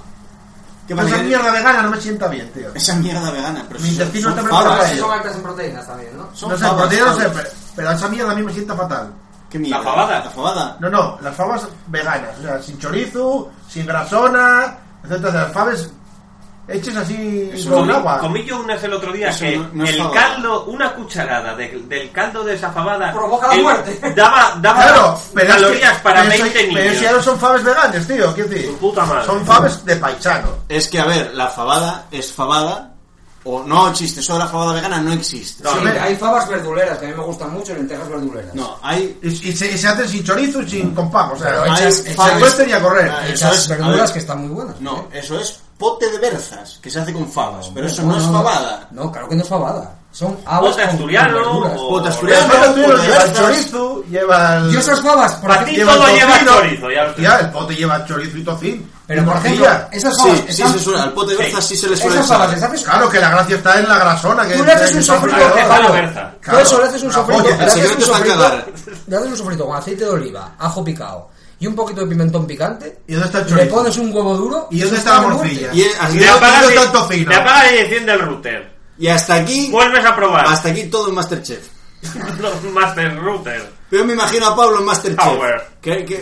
pues,
esa
que-
mierda vegana no me sienta bien, tío.
Esa mierda vegana, pero
Mi
si son-
intestino
son
está preparado
fabas.
para
Sí,
ello.
son altas en proteínas también, ¿no?
Son
No sé,
fabas,
proteína no sé,
fabas.
pero, pero esa mierda a mí me sienta fatal.
¿Qué mierda?
La fabada.
La fabada.
No, no, las fabas veganas, o sea, sin chorizo, sin grasona, etcétera. Las fabas hechas así
Eso
con
no-
agua.
Comí yo unas el otro día
Eso
que
no- no es
el
fabada.
caldo, una cucharada de- del caldo de esa fabada
Provoca la
eh,
muerte.
Daba, daba
Claro, pero es que-
calorías para
pero eso-
20 niños.
Pero eso ya no son fabes veganas, tío, ¿qué decir?
Tu puta madre.
Son fabes de paisano.
Es que, a ver, la fabada es fabada. O no existe, solo la fabada vegana no existe.
No,
Sí,
hombre.
hay fabas verduleras, que a mí me gustan mucho, lentejas verduleras.
No, hay.
Y, y se, y se hacen sin chorizo y sin con pavo, o sea,
Pero hechas-
se
hechas-
cuestan y a correr.
Ah,
Esas
eso es- a
verduras
ver.
que están muy buenas.
No,
¿eh?
eso es pote de berzas, que se hace con fabas. Pero eso
Bueno,
no es fabada.
No, claro que no es fabada. Son habas
Pote
con- con
asturiano,
verduras.
o-
Pote
Pero
asturiano,
las fabas
pote
llevan
de
llevan
berzas.
chorizo, llevan...
Yo esas fabas, por
Para
ej-
ti todo lleva
tocino.
chorizo, ya lo sé.
Ya, el pote lleva chorizo y tocín.
Pero
y
por ejemplo,
morcilla.
esas
Sí,
fabas
sí,
están-
se suele. Al pote de berzas sí se le suele
esas fabas les
echar.
haces
Claro que la gracia está en la grasona que
Tú le haces
que
un
está
sofrito
alrededor.
de palo
Claro.
berza.
Todo eso le haces un
Una
sofrito.
polla.
le
el
haces
secreto
un
está en
sofrito-
cagar.
Le haces un sofrito con aceite de oliva, ajo picado y un poquito de pimentón picante.
¿Y dónde está el
Le
chorizo?
pones un huevo duro.
¿Y dónde
eso
está la
de muerte.
morcilla?
Y es- así
Te
que-
apagas,
Yo
y,
tanto fino.
te apagas y enciende el router.
Y hasta aquí.
Vuelves a probar. <laughs>
Hasta aquí todo en Masterchef.
Los Master Router.
Pero me imagino a Pablo en Masterchef.
Power.
Que- <laughs> que-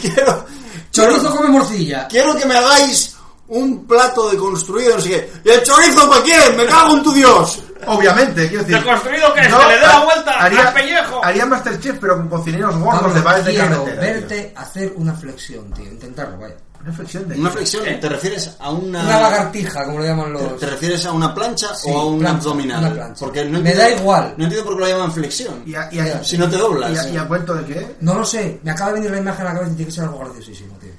quiero,
Chorizo come morcilla.
quiero que me hagáis un plato de construido, no sé qué. ¿Y el chorizo para quién? ¡Me cago en tu Dios!
Obviamente, quiero decir.
¿Deconstruido
qué es?
yo
¿Que le dé la
ha-
vuelta
haría,
al pellejo?
Haría Masterchef, pero con cocineros gordos
Pablo,
de bares de
quiero
carretera.
verte hacer una flexión, tío. Intentarlo, vaya.
¿Una flexión
¿Una flexión? ¿Te refieres a una.
Una lagartija, como lo llaman los...
Ah. ¿Te refieres a una plancha
Sí,
o a un
plancha,
abdominal?
una plancha.
Porque no
Me
entiendo-
da igual.
No entiendo por qué lo llaman flexión.
y a-
si no te doblas.
¿Y a, y a cuento de qué?
No lo sé. Me acaba de venir la imagen a la cabeza y tiene que ser algo graciosísimo, tío.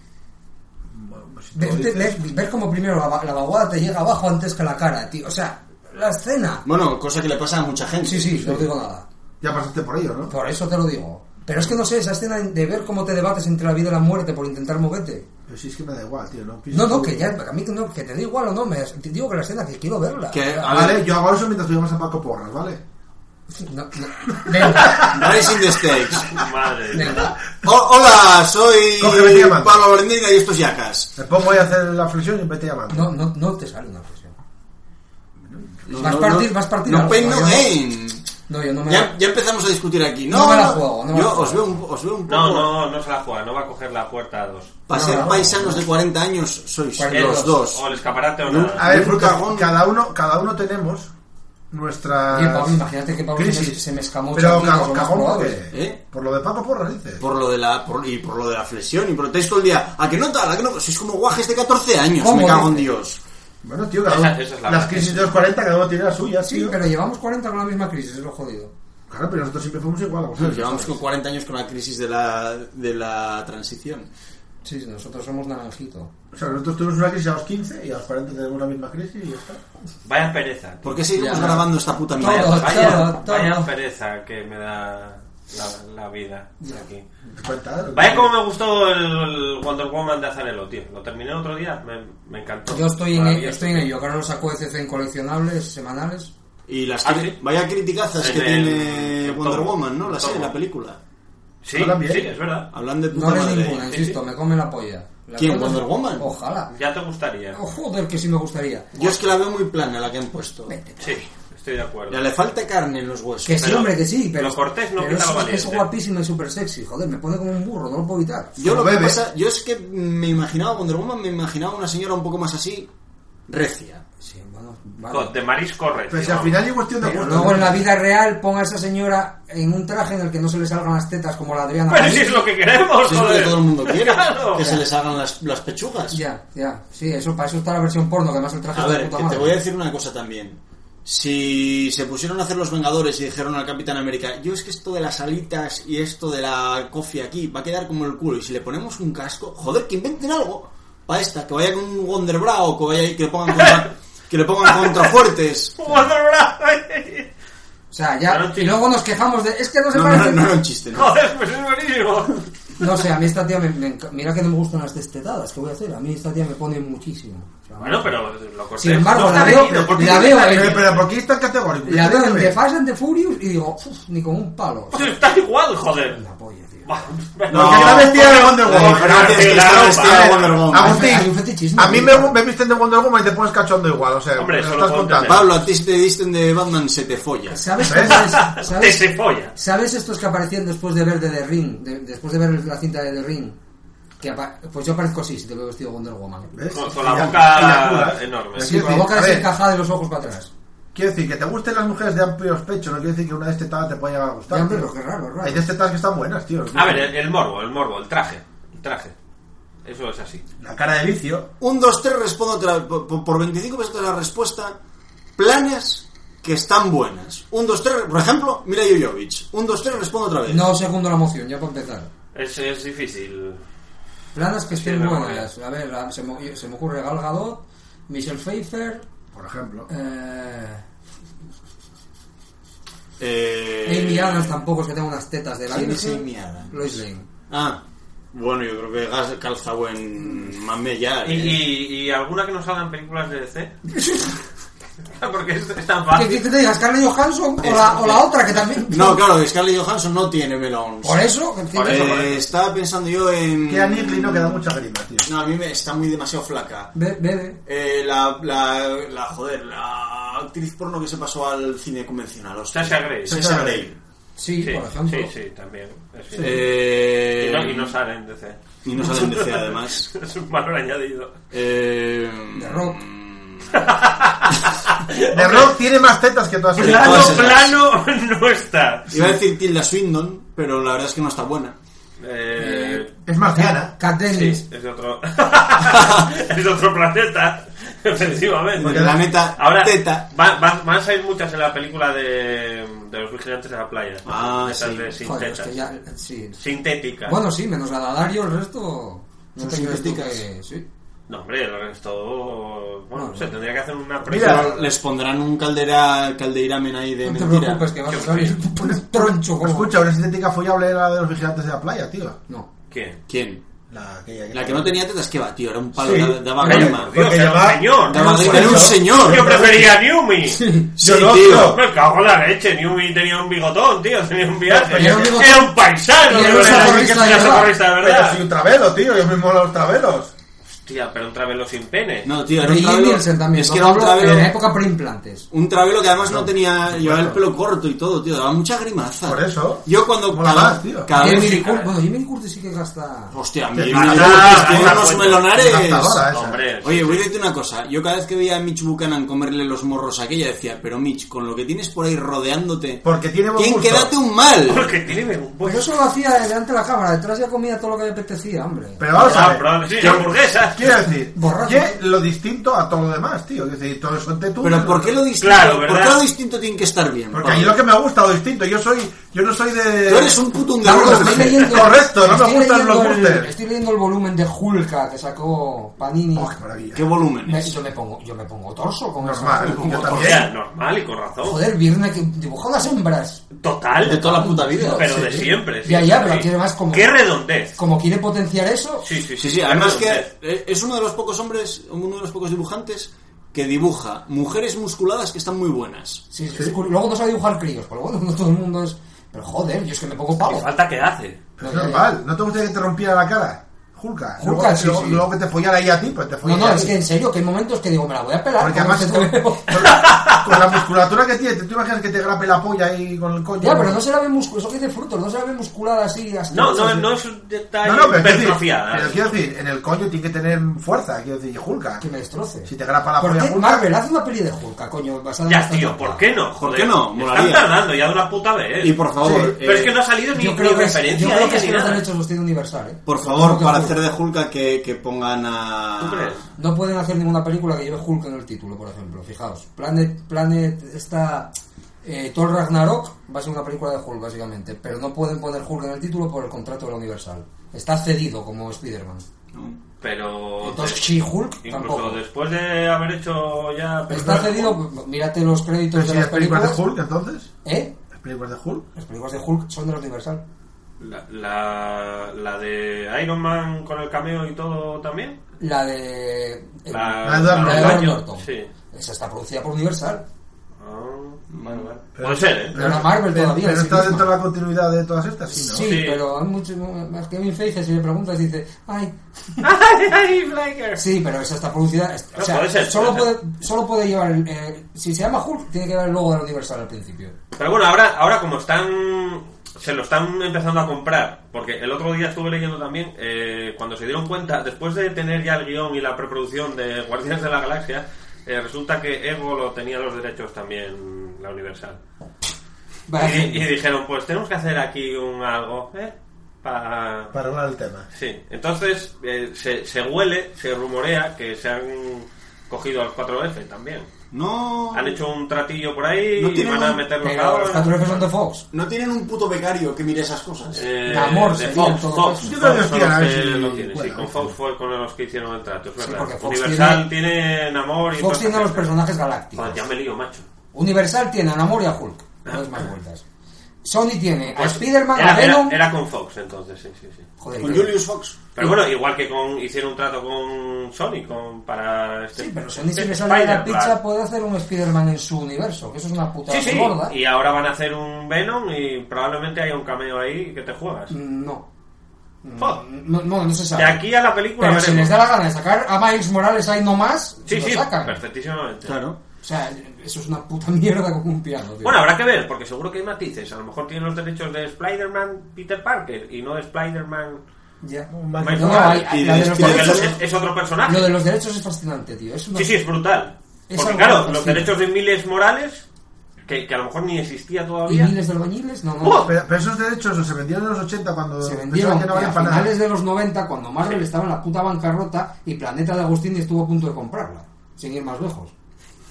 Pues,
¿Ves, te- ves- ves como primero la, ba- la vaguada te llega abajo antes que la cara, tío. O sea, la escena.
Bueno, cosa que le pasa a mucha gente.
Sí, sí, no digo nada.
Ya pasaste por ello, ¿no?
Por eso te lo digo. Pero es que no sé, esa escena de ver cómo te debates entre la vida y la muerte por intentar moverte.
Pero si es que me da igual, tío. No,
No, no, que ya, a mí que no, que te da igual o no, me, te digo que la escena que quiero verla.
Ah,
Ah,
vale, yo hago eso mientras tú llamas a Paco Porras, ¿vale?
No, no.
<laughs>
Venga.
Raising the stakes.
Madre
<laughs>
Venga.
<laughs> O- hola, soy
Cógeme, te llaman.
Pablo Valentina y estos yacas.
Me pongo ahí a hacer la flexión y vete llamando.
No, no, no te sale una presión.
No,
vas
no,
partir,
no.
vas partir.
No
algo,
pain, no
yo
gain.
No, yo no me
Ya, ya empezamos a discutir aquí. No,
No me la juego, no me la
yo
juego.
os veo un, os veo un poco.
No, no, no se la juega, no va a coger la puerta a dos.
Para
No,
ser
no,
paisanos
no.
de 40 años sois
Eh,
los dos.
O el escaparate o
No,
nada.
A ver,
Un
Fruta,
cagón.
cada uno, cada uno tenemos nuestra.
Oye, Pablo, imagínate que Pablo se me- se me escamocha
Pero
aquí, es
cagón,
lo más
cagón, ¿por
probable.
qué?
¿Eh?
Por lo de Paco Porras, dices.
Por lo de la, por- y por lo de la flexión y protestáis todo el día. ¿A que no tal? ¿A que no? Sois como guajes de 14 años.
¿Cómo
Me cago en
dices? <laughs>
Dios.
Bueno, tío, cada uno-
Esa- esa es la
las
verdad.
crisis de los 40, cada uno tiene la suya,
Sí,
tío.
pero llevamos 40 con la misma crisis, es lo jodido.
Claro, pero nosotros siempre fuimos igual a vosotros.
Llevamos
¿sabes?
con 40 años con la crisis de la, de la transición.
Sí, sí, nosotros somos naranjito.
O sea, nosotros tuvimos una crisis a los 15 y a los 40 tenemos la misma crisis y ya está.
Vaya pereza. tío.
¿Por qué seguimos
Ya.
grabando esta puta mierda?
Vaya, vaya,
todo, todo.
vaya pereza que me da la, la vida aquí.
Cuenta,
Vaya como me gustó el, el Wonder Woman de Azarelo, tío. Lo terminé otro día, me, me encantó.
Yo estoy en,
Maravilloso.
estoy en ello, que ahora lo saco ECC en coleccionables semanales.
Y las
Ah,
cri-
sí.
Vaya criticazas
En
que
el-
tiene
el
Wonder
tomo.
Woman, ¿no? La
El
serie,
tomo.
la película.
Sí,
Hablan bien.
sí, es verdad.
Hablan de puta
No lees
madre.
ninguna, insisto, me come la polla. La
¿Quién,
cosa es-
Wonder Woman?
Ojalá.
Ya te gustaría.
Oh, joder, que sí me gustaría.
Yo es que la veo muy plana la que han puesto.
Sí, estoy de acuerdo.
Ya le falta carne en los huesos.
Que sí, hombre, que sí, pero,
lo cortés no
pero
quita
es,
lo
es que es
valiente.
guapísima y súper sexy. Joder, me pone como un burro, no lo puedo evitar.
Yo lo que
Bebe.
pasa, yo es que me imaginaba Wonder Woman, me imaginaba una señora un poco más así,
<laughs>
recia.
Sí, bueno,
Co- De marisco recio.
Pues si al final hay cuestión de
Pero
gustos,
luego
¿no?
en la vida real ponga a esa señora en un traje en el que no se le salgan las tetas como la Adriana.
Pero
Palou.
si es lo que queremos,
Si es lo que
joder.
todo el mundo
<laughs>
quiere,
Claro.
que se les hagan las, las pechugas.
Ya, ya. Sí, eso, para eso está la versión porno, que además el traje
A
es de
ver,
puta
que te
madre.
voy a decir una cosa también. Si se pusieron a hacer los Vengadores y dijeron al Capitán América, yo es que esto de las alitas y esto de la cofia aquí va a quedar como el culo, y si le ponemos un casco, joder, que inventen algo para esta, que vaya con un Wonder Bra o que vaya y que le pongan contra- <laughs> que le pongan contrafuertes.
Wonder Woman.
O sea, ya. y luego nos quejamos de. Es que no se
No, no,
parece.
no, no era un chiste, ¿no?
Joder, pues es buenísimo.
No sé, a mí esta tía me, me enca- Mira que no me gustan las destetadas, ¿qué voy a hacer? A mí esta tía me pone muchísimo. O sea,
Bueno, pero lo cortés.
Sin embargo, la
no está
veo-
vendido, ¿por qué
la
no
veo
está
en-
Pero,
vendido?
pero ¿por qué es tan categórico?
pues
La veo en
Cuéntame.
The Fast and the Furious y digo, "Uf, ni con un palo.
Pues Está igual, joder.
La polla, tío.
No, que está vestida de Wonder Woman.
Pero antes que
Está
la-
vestida de Wonder Woman.
Hay un
Agustín,
fetichismo
a mí
ahí,
me,
claro.
me visten de Wonder Woman y te pones cachondo igual. O sea,
Hombre,
me lo
eso lo
estás
puedo
contando.
entender.
Pablo, a ti si te dicen de Batman se te follas.
¿Sabes qué es?
Te
¿Sabes?
se folla.
¿Sabes estos que aparecían después de ver de The Ring? De- después de ver la cinta de The Ring. Que apa- pues yo aparezco así, si te veo vestido Wonder Woman.
¿Ves?
Con- con la
Y ya-
boca
y ya juras.
enorme.
Pero
Sí,
quiero
con la
decir,
boca
a ver,
desencajada y los ojos para atrás.
Quiero decir, que te gusten las mujeres de amplios pechos, no quiere decir que una destetada te pueda llegar a gustar.
Ya, hombre,
tío.
pero qué raro, raro.
Hay destetadas que están buenas, tío.
A ver, eh. el, el morbo, el morbo, el traje. El traje. Eso es así.
La cara de vicio.
Un, dos, tres, respondo otra- por, por 25 pesos de la respuesta. Planes que están buenas. Un, dos, tres, por ejemplo, mira Jojovic. Un, dos, tres, respondo otra vez.
No segundo la moción, ya para empezar.
Es, es difícil.
Planas que estén
Sí, no,
buenas. A ver, la- se, me, se me ocurre Gal Gadot, Michelle Pfeiffer,
Por ejemplo.
eh,
Eh,
Amy Adams tampoco es que tenga unas tetas de la
¿Quién es
Virgen.
Amy Adams?
Lois Lane.
Ah, bueno, yo creo que Gas calza buen mamellar.
¿Y,
¿eh?
y, y alguna que nos hagan películas de DC? <laughs> Porque es, es tan
¿Qué, qué
fácil.
te digas? ¿Scarlett Johansson o la, o la otra que también?
<laughs> No, claro, que Scarlett Johansson no tiene melón.
Por eso,
Por eso, por
Eh,
eso.
estaba pensando yo en.
Que a Nibley no queda mucha grima, tío.
No, a mí me está muy demasiado flaca.
Bebe. Be,
Eh, la, la, la, joder, la actriz porno que se pasó al cine convencional. hostia.
Sasha Grey.
Sasha Grey.
Sí,
sí,
por ejemplo.
Sí, sí, también. es
Sí.
cierto.
Eh,
Y, no, y no sale en DC.
Y no sale en DC, además.
<laughs> es un valor añadido.
Eh, mm,
Rock.
The Rock tiene más tetas que todas ellas.
Plano,
Todas esas.
plano, <laughs> no está.
Iba a decir Tilda Swindon, pero la verdad es que no está buena.
Eh,
Es marciana.
Cat
sí,
Dennings.
es de otro. <laughs> es de otro planeta. Efectivamente.
Porque la neta,
Ahora,
teta.
va- va- van a salir muchas en la película de, de los vigilantes de la playa.
Ah,
Esas
sí.
de sin
Joder, es
tetas.
que ya, sí.
Sintéticas.
Bueno, sí, menos la de Dario, el resto. No
Son
te crees tú
sintéticas.
que- Sí.
No, hombre, el resto. Bueno,
No, no.
se tendría que hacer una
Mira,
prensa.
Les pondrán un caldera, caldeiramen ahí de
No te
mentira.
preocupes que vas a
Yo
salir <laughs> un troncho como.
Escucha, una sintética follable era de los vigilantes de la playa, tío.
No.
¿Quién?
¿Quién?
La,
La que no tenía tetas, que va, tío? Era un palo,
Sí.
daba- daba
Porque-
grima.
Dios,
porque
era un
llamaba-
señor.
Daba
no,
grima, era un
no.
señor.
Yo prefería a Newmy.
Sí,
Yo no,
tío.
<laughs> Me cago en la leche. Newmy tenía un bigotón, tío. Tenía un viaje.
Tenía un bigotón.
Era un paisano.
Y era
de
un
verdad,
socorrista
que era
de verdad.
socorrista de
Pero
verdad.
soy un travelo, tío. Yo me mola los travelos.
Hostia, pero un travelo sin pene.
No, tío, era un
Brigitte
trabelo.
Nielsen también.
Es
¿no?
que era un
Hablo de la
trabelo.
época preimplantes.
Un trabelo que además no tenía. Llevaba el pelo corto y todo, tío. Daba mucha grimaza.
Por eso.
Yo cuando.
Mola
Cada,
más, tío.
cada
Jimmy
vez.
Lee Curtis- bueno, Jimmy Lee Curtis sí que gasta.
Hostia,
Te
mi
mata,
que
te
unos
mata.
melonares.
Gastadora, esa.
Hombre,
Oye, voy a decirte una cosa. Yo cada vez que veía a Mitch Buchanan comerle los morros a aquella decía, pero Mitch, con lo que tienes por ahí rodeándote,
Porque tiene buen
¿quién
gusto.
quédate un mal?
porque tiene un buen.
Pues yo solo hacía delante de la cámara, detrás ya comía todo lo que me apetecía, hombre.
Pero vamos a
Ah,
ver.
probable- Sí, hamburguesas.
<laughs> Quiero
<laughs>
decir,
Borracho.
que lo distinto a todo lo demás, tío. Es decir, todo eso ante tú.
Pero ¿por qué lo distinto?
Claro, ¿verdad?
¿Por qué lo distinto tiene que estar bien?
Porque
Pablo?
a mí lo que me gusta lo distinto. Yo soy, yo no soy de.
Tú eres un puto
Claro,
hundeburro.
estoy leyendo- Correcto, no me
estoy
gustan
leyendo
los
el-
boosters.
Estoy leyendo el volumen de Hulka que sacó Panini.
Oh, qué maravilla.
¿Qué volumen
Me-
es?
yo, me pongo, yo me pongo torso con
Normal,
eso.
yo
O
también.
sea, normal y con razón.
Joder, Virne que dibujó las hembras.
Total.
De toda la puta vida.
Pero
Sí,
de
sí.
siempre. sí,
Ya, ya,
sí,
pero
sí.
tiene más como-
Qué redondez.
Como quiere potenciar eso,
Sí, sí,
Sí, sí,
qué
además que
redondez.
eh, es uno de los pocos hombres, uno de los pocos dibujantes que dibuja mujeres musculadas que están muy buenas.
sí, sí, es cur- luego no sabe dibujar críos, pero bueno, no todo el mundo es. Pero joder, yo es que me pongo
Y
pavo.
falta que hace.
Es normal. ¿No te gustaría que te rompiera la cara? Julka.
Julka,
luego,
sí,
luego-
sí.
luego que te follara ahí a ti, pues te
No,
follara
no,
a
es
ti. <laughs>
que en serio, que hay momentos que digo, me la voy a pelar.
Porque
¿cómo
además
<laughs> es que
con,
te
<laughs>
veo?
con la, con la musculatura que tiene, ¿tú imaginas que te grape la polla ahí con el coño?
Ya, pero no se la ve muscular, eso que dice frutos, no se la ve musculada así. hasta-
No, no, no es un detalle
No, no, pero, quiero decir,
hipertrofiada.
pero quiero decir, en el coño tiene que tener fuerza, quiero decir, Julka.
Que me destroce.
Si te grapa la
¿Por
polla
qué
Hulka,
Marvel hace una peli de Hulk, ah, coño? basada en
Ya,
esta
tío,
etapa?
¿por qué no? Joder,
qué no?
Están
Molaría.
tardando ya de una puta vez.
Y por favor,
Sí,
Eh, Pero es que
eh,
no ha salido ni,
Yo
ni
creo que, es,
referencia
yo
a
creo
ella
que es
ni
que los
nada.
derechos los tiene Universal, ¿eh?
por
Como
favor,
que
para
Hulk.
hacer de Julka que, que pongan a...
¿Tú crees?
No pueden hacer ninguna película que lleve Hulk en el título, por ejemplo. Fijaos, Planet, Planet esta... Eh, Thor Ragnarok va a ser una película de Hulk, básicamente. Pero no pueden poner Hulk en el título por el contrato de la Universal. Está cedido como Spider-Man.
Pero.
Entonces,
de-
She-Hulk
Incluso
tampoco.
después de haber hecho ya.
Está cedido, mírate los créditos
Pero
de
si
las
las películas de
películas.
Hulk, entonces.
¿Eh?
Las películas de Hulk.
Las películas de Hulk son de la Universal.
La, la, la de Iron Man con el cameo y todo también.
La de. eh,
La,
La de Edward
la
La
del
de Edward
baño.
Norton.
Sí.
Esa está producida por Universal.
Ah,
Bueno, bueno.
Puede ser, ¿eh?
Pero la Marvel
pero-
todavía,
Pero
sí
está
misma.
dentro de la continuidad de todas estas, sí, ¿no?
Sí,
Sí.
pero hay mucho. Más que Kevin Feige, si le preguntas, dice. Ay.
<laughs> ¡Ay, ay, Flaker!
Sí, pero esa está producida. O
No,
sea,
puede ser,
solo,
puede
puede,
ser.
solo puede llevar. el, eh, si se llama Hulk, tiene que llevar el logo de la Universal al principio.
Pero bueno, ahora, ahora como están. Se lo están empezando a comprar. Porque el otro día estuve leyendo también. eh, cuando se dieron cuenta, después de tener ya el guión y la preproducción de Guardianes de la Galaxia, eh, resulta que Ego lo tenía los derechos también la Universal.
Vale.
Y, y dijeron, pues tenemos que hacer aquí un algo, ¿eh? Para.
Para hablar del tema.
Sí, entonces eh, se, se huele, se rumorea que se han cogido al 4F también.
No...
Han hecho un tratillo por ahí
No
y
tienen
van a
un-
meterlo
Pero los cuatro F son de Fox.
No tienen un puto becario que mire esas cosas.
Eh,
De amor
de
sería en
Fox,
todo
Fox,
caso.
Yo creo que
Fox son
hostia, a
los
ver
que
si-
lo tienen, sí,
bueno,
con
sí.
Fox fue con los que hicieron el trato, es
Sí,
verdad.
porque Fox
Universal tiene amor y
Fox
toda
tiene a
esa
los
gente.
personajes
Joder,
galácticos.
ya me lío, macho.
Universal tiene a Namor y a Hulk. No es más vueltas. Sony tiene a Spider-Man, a
Pues, era,
Venom.
era, era con Fox entonces, sí, sí, sí.
Joder,
Con
eh,
pero-
Julius Fox.
Pero bueno, igual que con hicieron un trato con Sony con, para este.
Sí, pero Sony si
este
le sale de la
Spider-Man.
pizza puede hacer un Spider-Man en su universo, que eso es una puta
Sí, sí.
gorda.
Y ahora van a hacer un Venom y probablemente haya un cameo ahí que te juegas.
No.
Fo.
no, no, no se sabe.
De aquí a la película
Mm. Pero si les
veremos.
da la gana de sacar a Miles Morales ahí nomás,
Sí,
lo
sí,
sacan.
perfectísimamente.
Claro.
O sea, eso es una puta mierda como un piano. tío.
Bueno, habrá que ver, porque seguro que hay matices. A lo mejor tienen los derechos de Spider-Man Peter Parker y no de Spider-Man.
Ya.
Miles
No, no,
Morales.
hay- hay- la de los
Porque
derechos-
es, es otro personaje.
Lo de los derechos es fascinante, tío. Es una-
Sí, sí, es brutal.
Es
Porque
algo
claro,
que
los
fascina.
derechos de Miles Morales, que, que a lo mejor ni existía
¿Y
todavía.
miles de albañiles? No, no.
Pero, pero esos derechos se vendieron en los 80 cuando
se
pensaban
vendieron
que no valían
a
para nada.
finales de los 90 cuando Marvel estaba en la puta bancarrota y Planeta de Agostini estuvo a punto de comprarla, sin ir más lejos.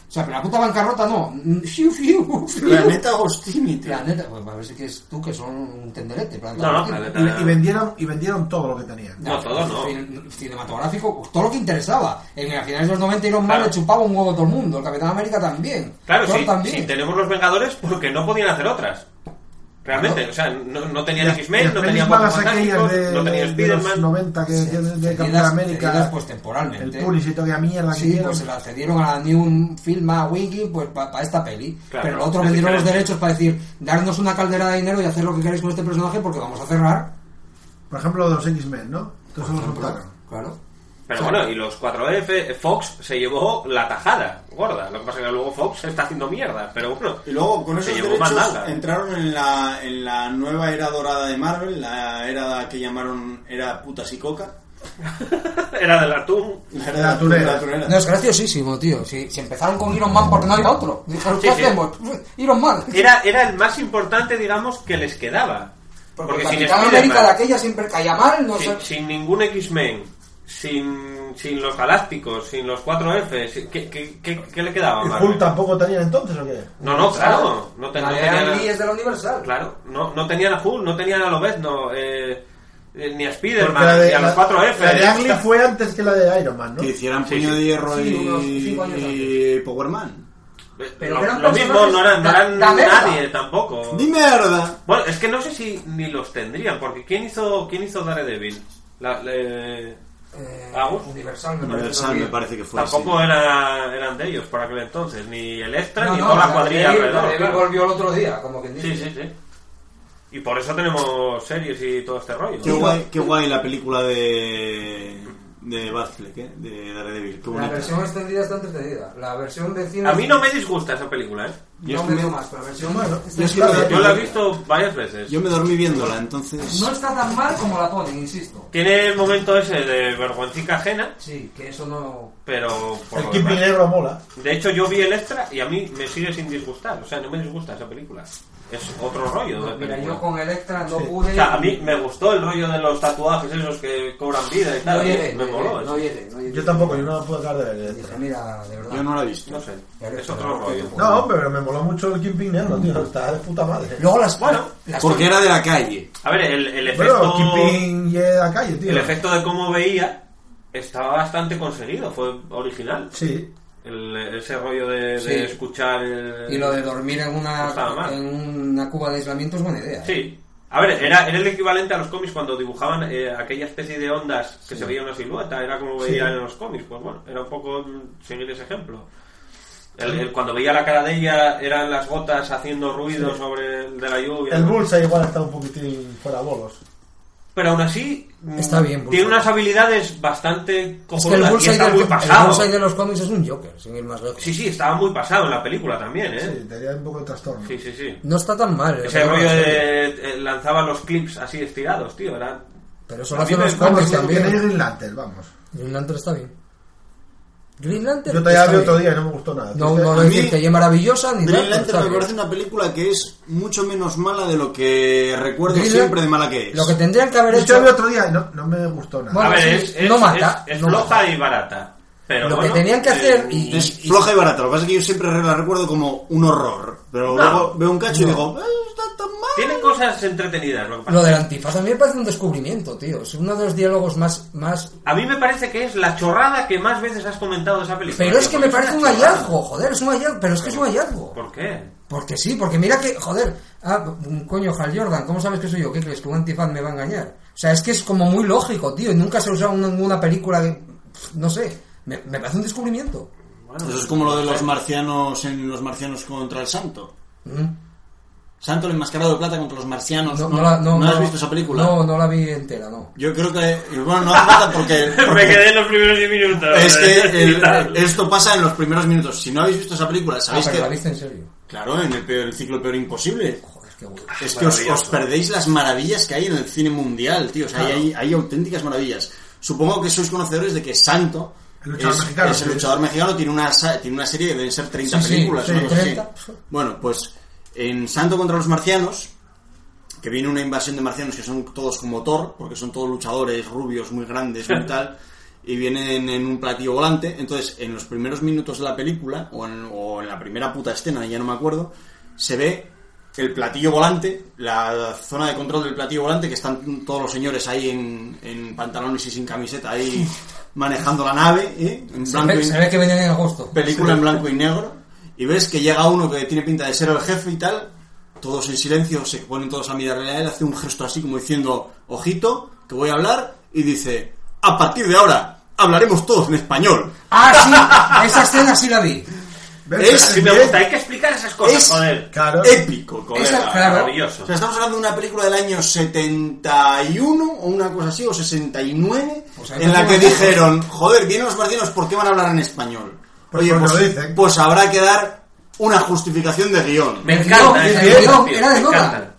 O sea, pero la puta bancarrota no. Mm, fiu, fiu, fiu.
Planeta Agostini, tío.
Planeta, pues a ver si que es tú que son un tenderete. Planeta
No, no,
Agostini.
Planeta-
Y, y vendieron, y vendieron todo lo que tenían.
No, todo no.
Cin- Cinematográfico, pues, todo lo que interesaba. En a finales de los 90 Iron Man le chupaba un huevo a todo el mundo. El Capitán América también.
Claro,
Thor
sí,
también.
sí, tenemos los Vengadores porque no podían hacer otras. Realmente, o sea, no, no tenían X-Men,
Las
no tenían
pelis
Cuatro
malas aquellas
Fantásticos,
de,
no tenían
de los
Spider-Man.
90 que decían de Capitán
cedidas- cedidas,
América.
pues temporalmente.
El Pulis y toda aquella mierda que
Sí,
hicieron.
pues se la cedieron a la New Film a Wiki pues para esta peli.
Claro,
Pero lo otro
es
vendieron los
diferente.
derechos para decir, darnos una caldera de dinero y hacer lo que queréis con este personaje porque vamos a cerrar.
Por ejemplo, los X-Men, ¿no? Todos los soltaron.
Claro.
Pero bueno, y los 4F, Fox se llevó la tajada gorda. Lo que pasa es que luego Fox se está haciendo mierda, pero bueno. <laughs>
Y luego con
se
esos
llevó eh.
derechos
mandanga.
entraron en la, en la nueva era dorada de Marvel, la era que llamaron era putas y coca.
Era del atún.
La era de la turera. La turera.
No, es graciosísimo, tío. Si, si empezaron con Iron Man porque no había otro. Dijeron, ¿qué
Sí, sí.
hacemos? Iron Man.
Era, era el más importante, digamos, que les quedaba. Porque,
Porque
sin
Capitán América de
Spider-Man,
aquella siempre caía mal, no sé.
sin, sin ningún X-Men, sin, sin los Galácticos, sin los 4F, sin- ¿qué, qué, qué, qué le quedaba? a
¿Y
Marvel?
Hulk tampoco tenían entonces o qué?
No, no, claro. No, te- no
La de
tenían-
Ang Lee es de la Universal.
Claro, no, no tenían a Hulk, no tenían a Lobezno, eh, eh, ni a
Porque la
Spider-Man,
de,
ni a los 4F.
la de Ang Lee fue antes que la de Iron Man, ¿no?
Que hicieran
Sí,
puño
sí.
de hierro
Sí, unos
y,
cinco años
y Power Man.
Pero
Eh, lo,
que eran
lo mismo,
personajes
no eran, no
da-
eran
da mierda.
nadie tampoco.
¡Ni mierda!
Bueno, es que no sé si ni los tendrían, porque ¿quién hizo, quién hizo Daredevil? La, la-
Eh,
Agus.
Universal, me parece
Universal me
también.
parece que fue
Pues
Tampoco
así.
era, eran de ellos por aquel entonces, ni el extra,
No,
ni
no,
toda la
la
cuadrilla
Daredevil-
alrededor.
Daredevil
claro.
volvió el otro día, como quien dice.
Sí, sí, sí. Y por eso tenemos series y todo este rollo.
Qué guay, qué guay la película de. de Batfleck, ¿eh? De Daredevil. Qué
La
bonita.
versión extendida está entretenida. La versión de cine.
A mí no me disgusta esa película, ¿eh?
Yo
No
es
me
que me-
más, pero la versión.
yo es que me-
Yo la he visto varias veces.
Yo me dormí viéndola, entonces.
No está tan mal como la ponen, insisto.
Tiene el momento ese de vergüencica ajena,
Sí, que eso no.
pero... por
El
lo
Kim
demás.
Negro mola.
De hecho, yo vi el extra y a mí me sigue sin disgustar. O sea, no me disgusta esa película. Es otro rollo de
Mira,
película.
yo con Electra no
Sí.
pude.
O sea, a mí me gustó el rollo de los tatuajes esos que cobran vida y
No
tal.
llegué,
me
no
moló. eh.
llegué,
eso.
no llegué, no llegué.
Yo tampoco, yo no la pude acabar de ver.
Dije, mira, de verdad.
Yo no la he visto.
No sé.
Pero
Es
esto
otro
no,
rollo.
esto
No, hombre, pero me moló mucho el Kingpin Negro, tío. Está de puta madre.
Luego las.
Bueno,
las
Porque era de la calle.
A ver, el, el efecto...
Bueno, Kingpin y la calle, tío.
El efecto de cómo veía estaba bastante conseguido, fue original.
Sí.
El- ese rollo de, de
Sí.
escuchar el...
Y lo de dormir en
No estaba
una,
mal.
en una cuba de aislamiento es buena idea. eh.
Sí. A ver, era, era el equivalente a los cómics cuando dibujaban eh, aquella especie de ondas que se veía una silueta, era como veían en los cómics. Pues bueno, era un poco mm, seguir ese ejemplo. El- el- cuando veía la cara de ella, eran las gotas haciendo ruido
Sí.
sobre el de la lluvia.
El
¿no?
Bullseye igual está un poquitín fuera bolos.
Pero aún así, mm,
Está bien, Bullseye.
tiene unas habilidades bastante
Es que el
cojonudas y
Bullseye,
está
del,
muy
el
pasado.
Bullseye de los cómics es un Joker, sin ir más lejos.
Sí, sí, estaba muy pasado en la película también, ¿eh?
Sí, tenía un poco de trastorno.
Sí, sí, sí.
No está tan mal. el
Ese
programa,
rollo
sí.
de eh, lanzaba los clips así estirados, tío, era...
Pero eso
A
lo
mí
hacen
me-
los
vamos,
cómics
Vamos, que tenéis
también.
Green Lantern, vamos.
Green Lantern está bien. Green Lantern
Yo te la vi
está
otro
bien.
día y no me gustó nada. "Ah,
No,
Es que-
no, no
a
es
mí-
cierto, y es maravillosa ni nada, pero
Green
está
Lantern me
bien.
parece una película que es mucho menos mala de lo que recuerdo
Green
siempre de
Lantern-
mala que es.
Lo que tendrían que haber
Yo te
hecho...
la vi otro día y no, no me gustó nada.
Bueno,
a ver,
sí,
es, es-
no mata,
es- es
no
floja
mata.
y barata. Pero
Lo que
bueno,
tenían que
eh,
hacer y-
Es floja y barata. Lo que pasa es que yo siempre la recuerdo como un horror.
No.
Pero luego veo un cacho y digo, "Eh, está tan mal.
Tiene cosas entretenidas. Lo que pasa.
Lo del antifaz a mí me parece un descubrimiento, tío. Es uno de los diálogos más... más...
A mí me parece que es la chorrada que más veces has comentado de esa película.
Pero es
tío,
que me
porque
parece un
una chorrada.
hallazgo, joder, es un hallazgo, pero es que es un hallazgo.
¿Por qué?
Porque sí, porque mira que, joder, ah, mm, coño, Hal Jordan, ¿cómo sabes que soy yo? ¿Qué crees? ¿Que un antifaz me va a engañar? O sea, es que es como muy lógico, tío, y nunca se ha usado en ninguna película de... pff, No sé, me, me parece un descubrimiento.
Eso es como lo de los marcianos en Los Marcianos contra el Santo.
Mm.
Santo el enmascarado de plata contra los marcianos.
No, no la- no,
has
no.
visto esa película?
No, no la vi entera, no.
Yo creo que. y Bueno, no hace falta
<laughs>
porque.
Me quedé en los primeros 10 minutos.
Es que el-
<laughs> Y tal.
esto pasa en los primeros minutos. Si no habéis visto esa película, sabéis
Ah, pero
que.
la viste en serio.
Claro, en el, peor- el ciclo peor imposible. es que os,
maravilloso.
os perdéis las maravillas que hay en el cine mundial, tío. O sea,
Claro.
hay, hay auténticas maravillas. Supongo que sois conocedores de que Santo.
El luchador
es,
mexicano,
es el
sí.
luchador mexicano, tiene una, sa- tiene una serie, deben ser 30
Sí, sí,
películas.
sí,
una cosa así.
30.
Bueno, pues en Santo contra los marcianos, que viene una invasión de marcianos que son todos como Thor, porque son todos luchadores rubios, muy grandes,
<laughs>
muy tal, y vienen en un platillo volante. Entonces, en los primeros minutos de la película, o en, o en la primera puta escena, ya no me acuerdo, se ve el platillo volante, la zona de control del platillo volante, que están todos los señores ahí en, en pantalones y sin
<laughs>
camiseta, ahí manejando la nave, ¿eh? en
Se
blanco
ve,
y-
se ve que vienen en agosto.
película en blanco y negro y ves que llega uno que tiene pinta de ser el jefe y tal, todos en silencio, se ponen todos a mirar a él, hace un gesto así como diciendo, ojito, que voy a hablar, y dice, a partir de ahora hablaremos todos en español.
Ah, sí, esa escena sí la vi.
Así me gusta, hay que explicar esas cosas,
es
joder.
épico, colega.
Esa- claro. Maravilloso.
O sea, estamos hablando de una película del año 71 o una cosa así, o 69,
sea,
en la
no
que
tiene-
dijeron, joder, vienen los marcianos, ¿por qué van a hablar en español?
Pues porque lo dicen.
pues habrá que dar una justificación de <laughs> guión.
Me encanta. ese tipo, tío, me encanta.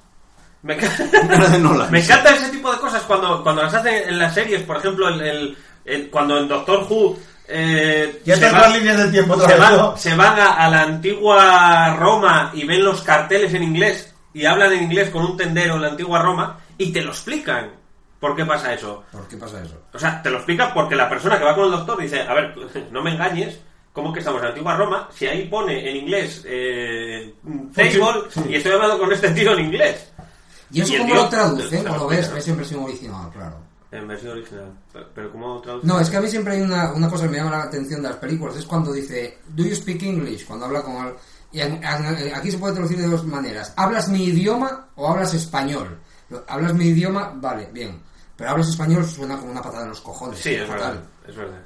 Me
Era de
encanta.
Nolan,
Me
sí.
encanta ese tipo de cosas cuando, cuando las hacen en las series, por ejemplo, el, el- el- cuando en Doctor Who. eh,
Ya
se
estás
va-
con las líneas del tiempo otra
se
vez,
van,
¿no?
se van a, a la antigua Roma y ven los carteles en inglés y hablan en inglés con un tendero en la antigua Roma y te lo explican. ¿Por qué pasa eso?
¿Por qué pasa eso?
O sea, te lo explican porque la persona que va con el doctor dice, a ver, <laughs> no me engañes, ¿cómo que estamos en antigua Roma? Si ahí pone en inglés eh,
Pues
table y estoy hablando con este tío en inglés.
¿Y eso
el
cómo
tío-
lo traducen? O lo
se explica,
ves, ves en versión original, "Ah, claro.
En versión original. Pero ¿cómo traducen?
No, es que a mí siempre hay una, una cosa que me llama la atención de las películas, es cuando dice, ¿Do you speak English? Cuando habla con... al- y en- en- aquí se puede traducir de dos maneras. ¿Hablas mi idioma o hablas español? Lo- ¿Hablas mi idioma? Vale, bien. Pero hablas español suena como una patada en los cojones.
Sí, es
fatal.
verdad. Es verdad.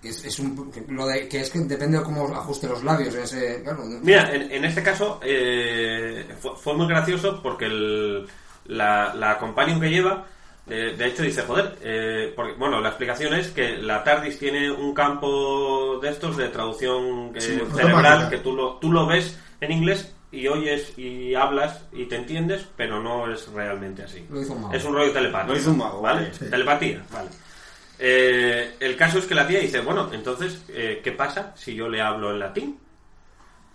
Que Es, es un, que lo de, que es que depende de cómo ajuste los labios. en Ese, claro, no-
Mira, en, en este caso eh, fue, fue muy gracioso porque el- la, la companion que lleva, eh, de hecho, dice, joder, eh, porque, bueno, la explicación es que la TARDIS tiene un campo de estos de traducción eh,
Sí,
cerebral
automática.
que tú lo, tú lo ves en inglés y oyes y hablas y te entiendes, pero no es realmente así.
Lo hizo un mago.
Es un rollo telepático.
Lo hizo un mago,
¿vale?
vale, sí.
Telepatía, vale. Eh, el caso es que la tía dice, bueno, entonces, eh, ¿qué pasa si yo le hablo en latín?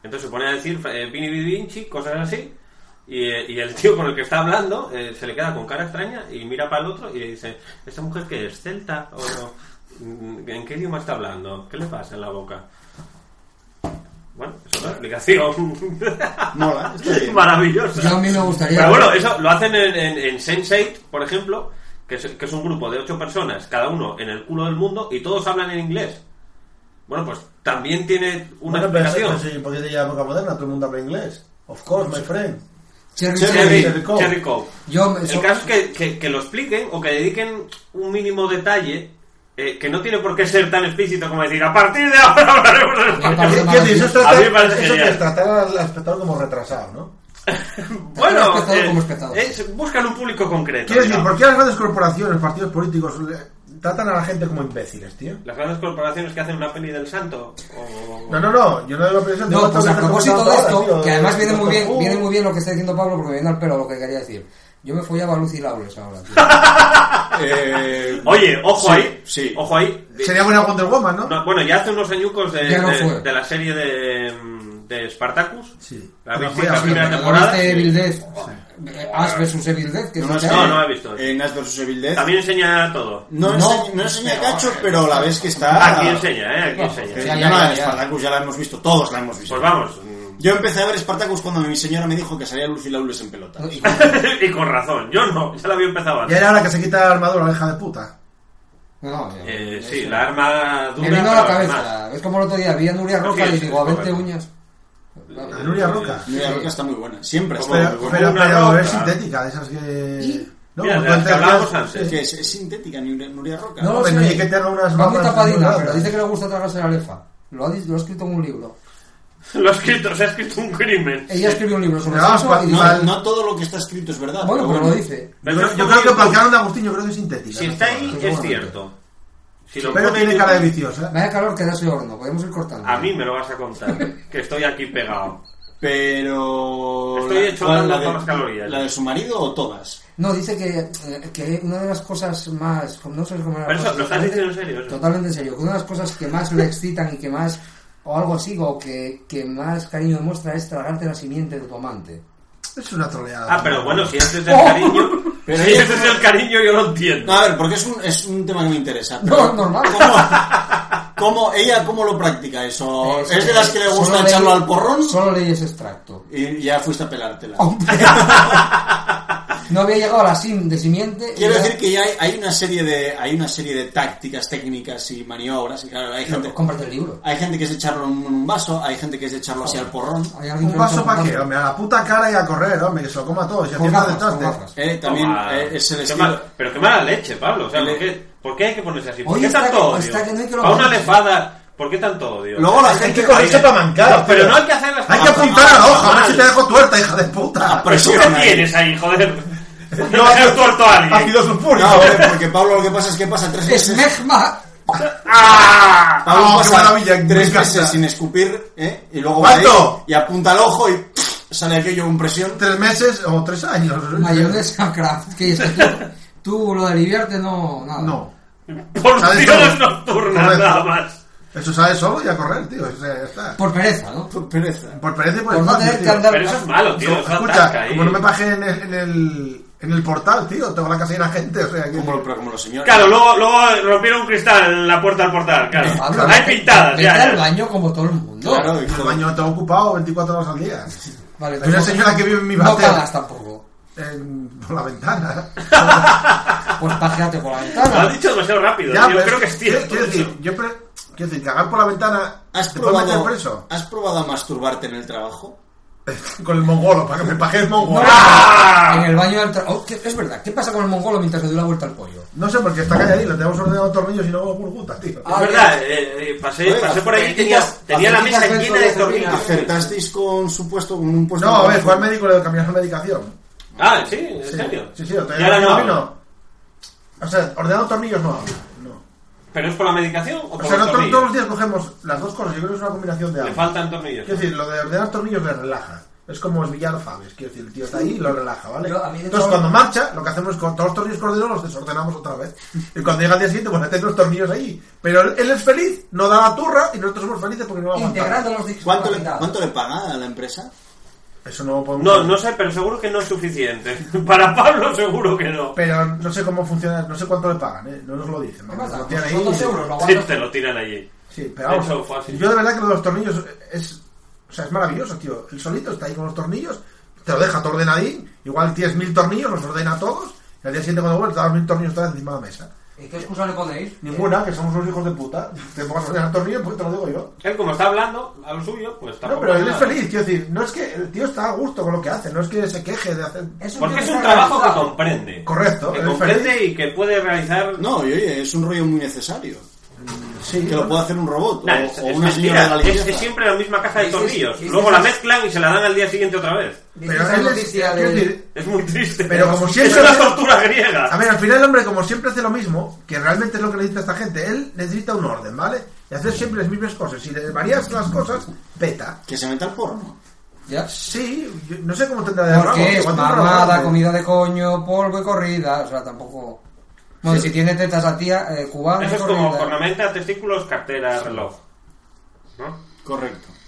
Entonces se pone a decir eh, Vini Vidi Vinci, cosas así, y, eh, y el tío con el que está hablando eh, se le queda con cara extraña y mira para el otro y le dice, ¿esta mujer que es celta? ¿O mm, ¿En qué idioma está hablando? ¿Qué le pasa en la boca? Bueno, eso es una explicación
<laughs> Mola, está bien.
maravillosa.
pues Yo a mí me gustaría-
Pero bueno, eso lo hacen en, en, en Sense8, por ejemplo, que es, que es un grupo de ocho personas, cada uno en el culo del mundo, y todos hablan en inglés. Bueno, pues también tiene una
Bueno, pero sí,
explicación.
pero pues, sí, ¿por qué te llama boca moderna? Todo el mundo habla inglés. Of course, my friend.
Cherry
Cherry,
Cherry Coke.
Cherry Coke.
Yo me-
el
so-
caso es que, que- que lo expliquen o que dediquen un mínimo detalle eh, que no tiene por qué ser tan explícito como decir a partir de ahora hablaremos en español".
Quiero decir, Eso es
A
tratar,
mí me parece
eso
genial.
es tratar al al espectador como retrasado, ¿no?
Bueno,
al espectador
eh,
como espectador.
es- buscan un público concreto.
Quiero decir,
digamos.
¿por qué las grandes corporaciones, partidos políticos, le- tratan a la gente como imbéciles, tío?
Las grandes corporaciones que hacen una peli del santo. o-
No, no, no, yo no digo presión.
No, pues a propósito de esto, que además viene muy bien, viene muy bien lo que está diciendo Pablo porque me viene al pelo lo que quería decir. Yo me follaba a Lucy Lawless ahora,
<laughs>
tío.
Oye, ojo
Eh, Sí,
ahí. Ojo ahí.
Sería buena Wonder Woman, ¿no?
No, bueno, ya hace unos añucos de,
Ya no
de-
fue.
de la serie de, mm, de Spartacus.
Sí.
La,
Pero
viste
fue
la
así,
primera
¿no?
temporada.
¿Viste Evil Death?
Joder.
Eh, Ash vs Evil Death, que
No,
es lo que
no,
hay.
No, no he visto.
En Ash vs Evil Dead.
También enseña todo.
No, enseña, no enseña cacho, pero la vez que
Ah.
está.
Aquí enseña, ¿eh? Aquí enseña.
Que ya la de Spartacus ya la hemos visto, todos la hemos visto.
Pues vamos.
Yo empecé a ver Spartacus cuando mi señora me dijo que salía Lucy Lawless en pelota.
Eh, <laughs> y con razón, yo no, ya la había empezado
Y
antes.
era ahora que se quita la armadura, la hija de puta.
Eh, sí, la arma dura.
Me vino a la
pero
cabeza.
además-
Es como el otro día, vi a Nuria Roca
Sí,
y
sí,
digo, a
correcto.
20 uñas.
La Nuria Roca.
Nuria Roca está muy buena, siempre está
Pero,
muy buena.
pero,
Una
pero
roca.
es sintética, de esas que. No,
Mira,
Como
de las
tú
que hablábamos
entras-
antes.
sí.
Que es, es sintética, Nuria Nuria Roca.
No, pero ni que te haga unas
Va muy
babas
tapadina,
doradas.
pero dice que le gusta tragarse la lefa. Lo ha, di- lo ha escrito en un libro.
<laughs> Lo ha escrito, se ha escrito un crimen.
Ella escribió un libro sobre eso y dice-
no, no todo lo que está escrito es verdad.
Bueno, pero lo dice.
Yo, creo- yo creo que para el canal de Agustín, yo creo que es sintética.
Si
no
está
mal.
ahí,
Pero
es
bueno.
cierto. Si lo
Pero
pone en
tiene cara de
YouTube,
viciosa.
Vaya calor que da ese horno, podemos ir pues cortando.
A mí me lo vas a contar, que estoy aquí pegado.
Pero.
Estoy hecho
¿cuál,
tandas
de-
por las calorías. ¿eh?
¿La de su marido o todas?
No, dice que, eh, que una de las cosas más. No sé cómo era la
Pero eso,
cosa,
¿lo estás
totalmente-
diciendo en serio, eso?
Totalmente en serio. Que una de las cosas que más le excitan y que más. O algo así, o que, que más cariño demuestra es tragarte la simiente de tu amante.
Es una troleada.
Ah, pero bueno, si este es
<laughs> Oh.
el cariño.
Pero
si
ella-
este es el cariño, yo lo entiendo.
A ver, porque es un, es un tema que me interesa.
No,
Pero
normal.
¿cómo, ¿Ella cómo lo practica eso?
Eso,
¿Es de las que le
solo
gusta
leí-
echarlo al porrón?
Solo leí ese extracto.
Y ya fuiste a pelártela.
Oh, <laughs> No había llegado a la sim de simiente. y
Quiero
ya-
decir que ya hay, hay una serie de hay una serie de tácticas, técnicas y maniobras. Y claro, hay gente,
Comparte el libro.
hay gente que es echarlo en un vaso, hay gente que es echarlo así al porrón.
Hay alguien
¿Un
que
vaso
no-
para qué? Hombre, a la puta cara y a correr, hombre, que se lo coma todo. Si
Con
haciendo
gafas, con
desastre.
gafas.
Eh, también
Toma.
eh, es el
Qué
estilo.
mal- pero qué mala leche, Pablo. O sea,
Le-
¿por qué, por qué hay que ponerse así? ¿Por
e- Oye,
qué
está
tanto
que-
odio?
está que no hay que lo
Para una
conocer.
lefada, ¿por qué tanto odio?
Luego la
Hay
gente
que cogerse para mancar.
pero no hay que hacer las
Hay que
cosas
apuntar a la
mal. Ah,
hoja, a ver si te dejo tuerta, hija de puta.
¿Pero tú
presiona
qué
ahí.
tienes ahí, joder? No
Pues <laughs> No,
<laughs> has
ácido-
tuerto a alguien.
Ácido sulfúrico.
No, hombre, porque Pablo lo que pasa es que pasa tres
Es
meses.
Megma.
¡Ah!
Pablo
Oh, qué
pasa
maravilla, me
tres
encanta.
meses sin escupir, ¿eh? Y luego va
¿Cuánto?
ahí y apunta al ojo y sale aquello con presión.
Tres meses o tres años.
Mayonesa <laughs> craft. Que es que tú, tú lo de aliviarte no. Nada.
No.
Porciones
¿Sabes cómo?
nocturnas,
Correcto.
nada más.
Eso sale solo y a correr, tío. O sea, ya está.
Por pereza, ¿no?
Por pereza.
Por pereza y por
Por no
espacio,
tener que
tío.
andar-
Pero eso es malo, tío.
No,
eso ataca
escucha,
ahí.
como no me bajé en el, en el, en el portal, tío, tengo la casa llena de gente, o sea, que...
Como, lo- pero como los señores.
Claro, luego, luego rompieron un cristal en la puerta al portal, claro.
Ah,
Pablo,
Hay
vete-
pintadas,
vete
ya.
al
ya.
baño como todo el mundo.
Claro, hijo
el
de-
baño tengo ocupado 24 horas al día.
Vale,
Hay una
tampoco-
señora que vive en mi
No
bate
cagas tampoco.
en- por la ventana.
Pues pajeate por la
Lo has
ventana.
dicho demasiado rápido.
Ya,
yo
pero
creo que
es-
es cierto.
Quiero
eso.
decir, yo pre- quiero decir, cagar por la ventana
¿Has
te puedo meter
probado,
preso. <laughs>
¿Has probado a masturbarte en el trabajo?
Con el mongolo, para que me pague el mongolo.
¡Ah!
En el baño del tra- oh, ¿qué- Es verdad, ¿qué pasa con el mongolo mientras le doy la vuelta al pollo?
No sé, porque está calladito, le tenemos ordenado tornillos y luego burbuta, tío.
Ah,
Es verdad, eh, eh, pasé,
Oiga,
pasé por ahí y tenía,
aceititas-
tenía la
aceititas
mesa
dentro
llena
de
de
aceitinas.
tornillos.
¿Acertasteis con su puesto, con un
pues
puesto?
No, a ver, fue al médico y le cambiaron la medicación.
Ah, sí, en
Sí,
serio.
Sí, sí,
y ahora no. hablo.
O sea, ordenado tornillos no hablo, no.
¿Pero es por la medicación o por
O sea,
los
nosotros
tornillos?
todos los días cogemos las dos cosas, yo creo que es una combinación de
Le
ambas.
faltan tornillos.
Quiero decir, lo de ordenar tornillos le relaja. Es como esbillar faves. Quiero decir, el tío está ahí y lo relaja, ¿vale?
Yo, a mí de
Entonces,
todo-
cuando marcha, lo que hacemos es con todos los tornillos corderos los desordenamos otra vez. Y cuando llega el día siguiente, pues meten los tornillos ahí. Pero él él es feliz, no da la turra y nosotros somos felices porque no lo
Integrando
aguantamos.
los discos.
¿Cuánto
por la
le,
mitad.
¿Cuánto le paga a la empresa?
Eso no lo podemos.
No, no sé, pero seguro que no es suficiente. <laughs> Para Pablo seguro que no.
Pero no sé cómo funciona, no sé cuánto le pagan, ¿eh? No nos lo dicen. ¿vale?
¿Qué pasa?
Lo tienen ahí.
Son dos euros, lo
Sí,
aguantas.
te lo tiran allí.
Sí, pero vamos,
Eso fue así.
yo de verdad que lo de los tornillos es, o sea, es maravilloso, tío. El solito está ahí con los tornillos, te lo deja todo ordenadín, igual tienes mil tornillos, los ordena a todos, y al día siguiente cuando vuelves, te da los mil tornillos otra vez encima de la mesa.
¿Y qué excusa le ponéis?
Ninguna, que somos unos hijos de puta. Te pongas a ordenar tornillos porque te lo digo yo.
Él, como está hablando a lo suyo, pues está.
No, pero él es feliz, quiero decir, no es que el tío está a gusto con lo que hace, no es que se queje de hacer...
Es
Porque
tío
es
que
un
está
trabajo que
realizado.
comprende.
Correcto,
Que
él es
comprende y que puede realizar.
No, y oye, es un rollo muy necesario.
Sí,
Que lo puede hacer un robot
Nah,
o,
es,
o
es
una señora de la
mentira. Es,
limpieza.
es siempre la misma caja de
Es- es-
tornillos.
es-
Luego la
es-
mezclan y se la dan al día siguiente otra vez.
Dice
pero
esa
él es...
noticia
quiero
de-
decir,
Es muy triste.
Pero
<laughs>
como
es
siempre-
una tortura griega.
A ver, al final el hombre, como siempre, hace lo mismo, que realmente es lo que necesita esta gente. Él necesita un orden, ¿vale? Y hacer siempre las mismas cosas. Si le varías las cosas, peta.
Que se meta el porno.
Ya.
Sí, yo no sé cómo tendrá de rabo,
Porque
tío,
es
¿cuánto rabo
mamada,
hace?
comida de coño, polvo y corrida. O sea, tampoco. Bueno, si tiene tetas a tía, eh, cubana.
Eso
y
es como
corrida.
cornamenta, testículos, cartera, reloj. ¿No?
Correcto.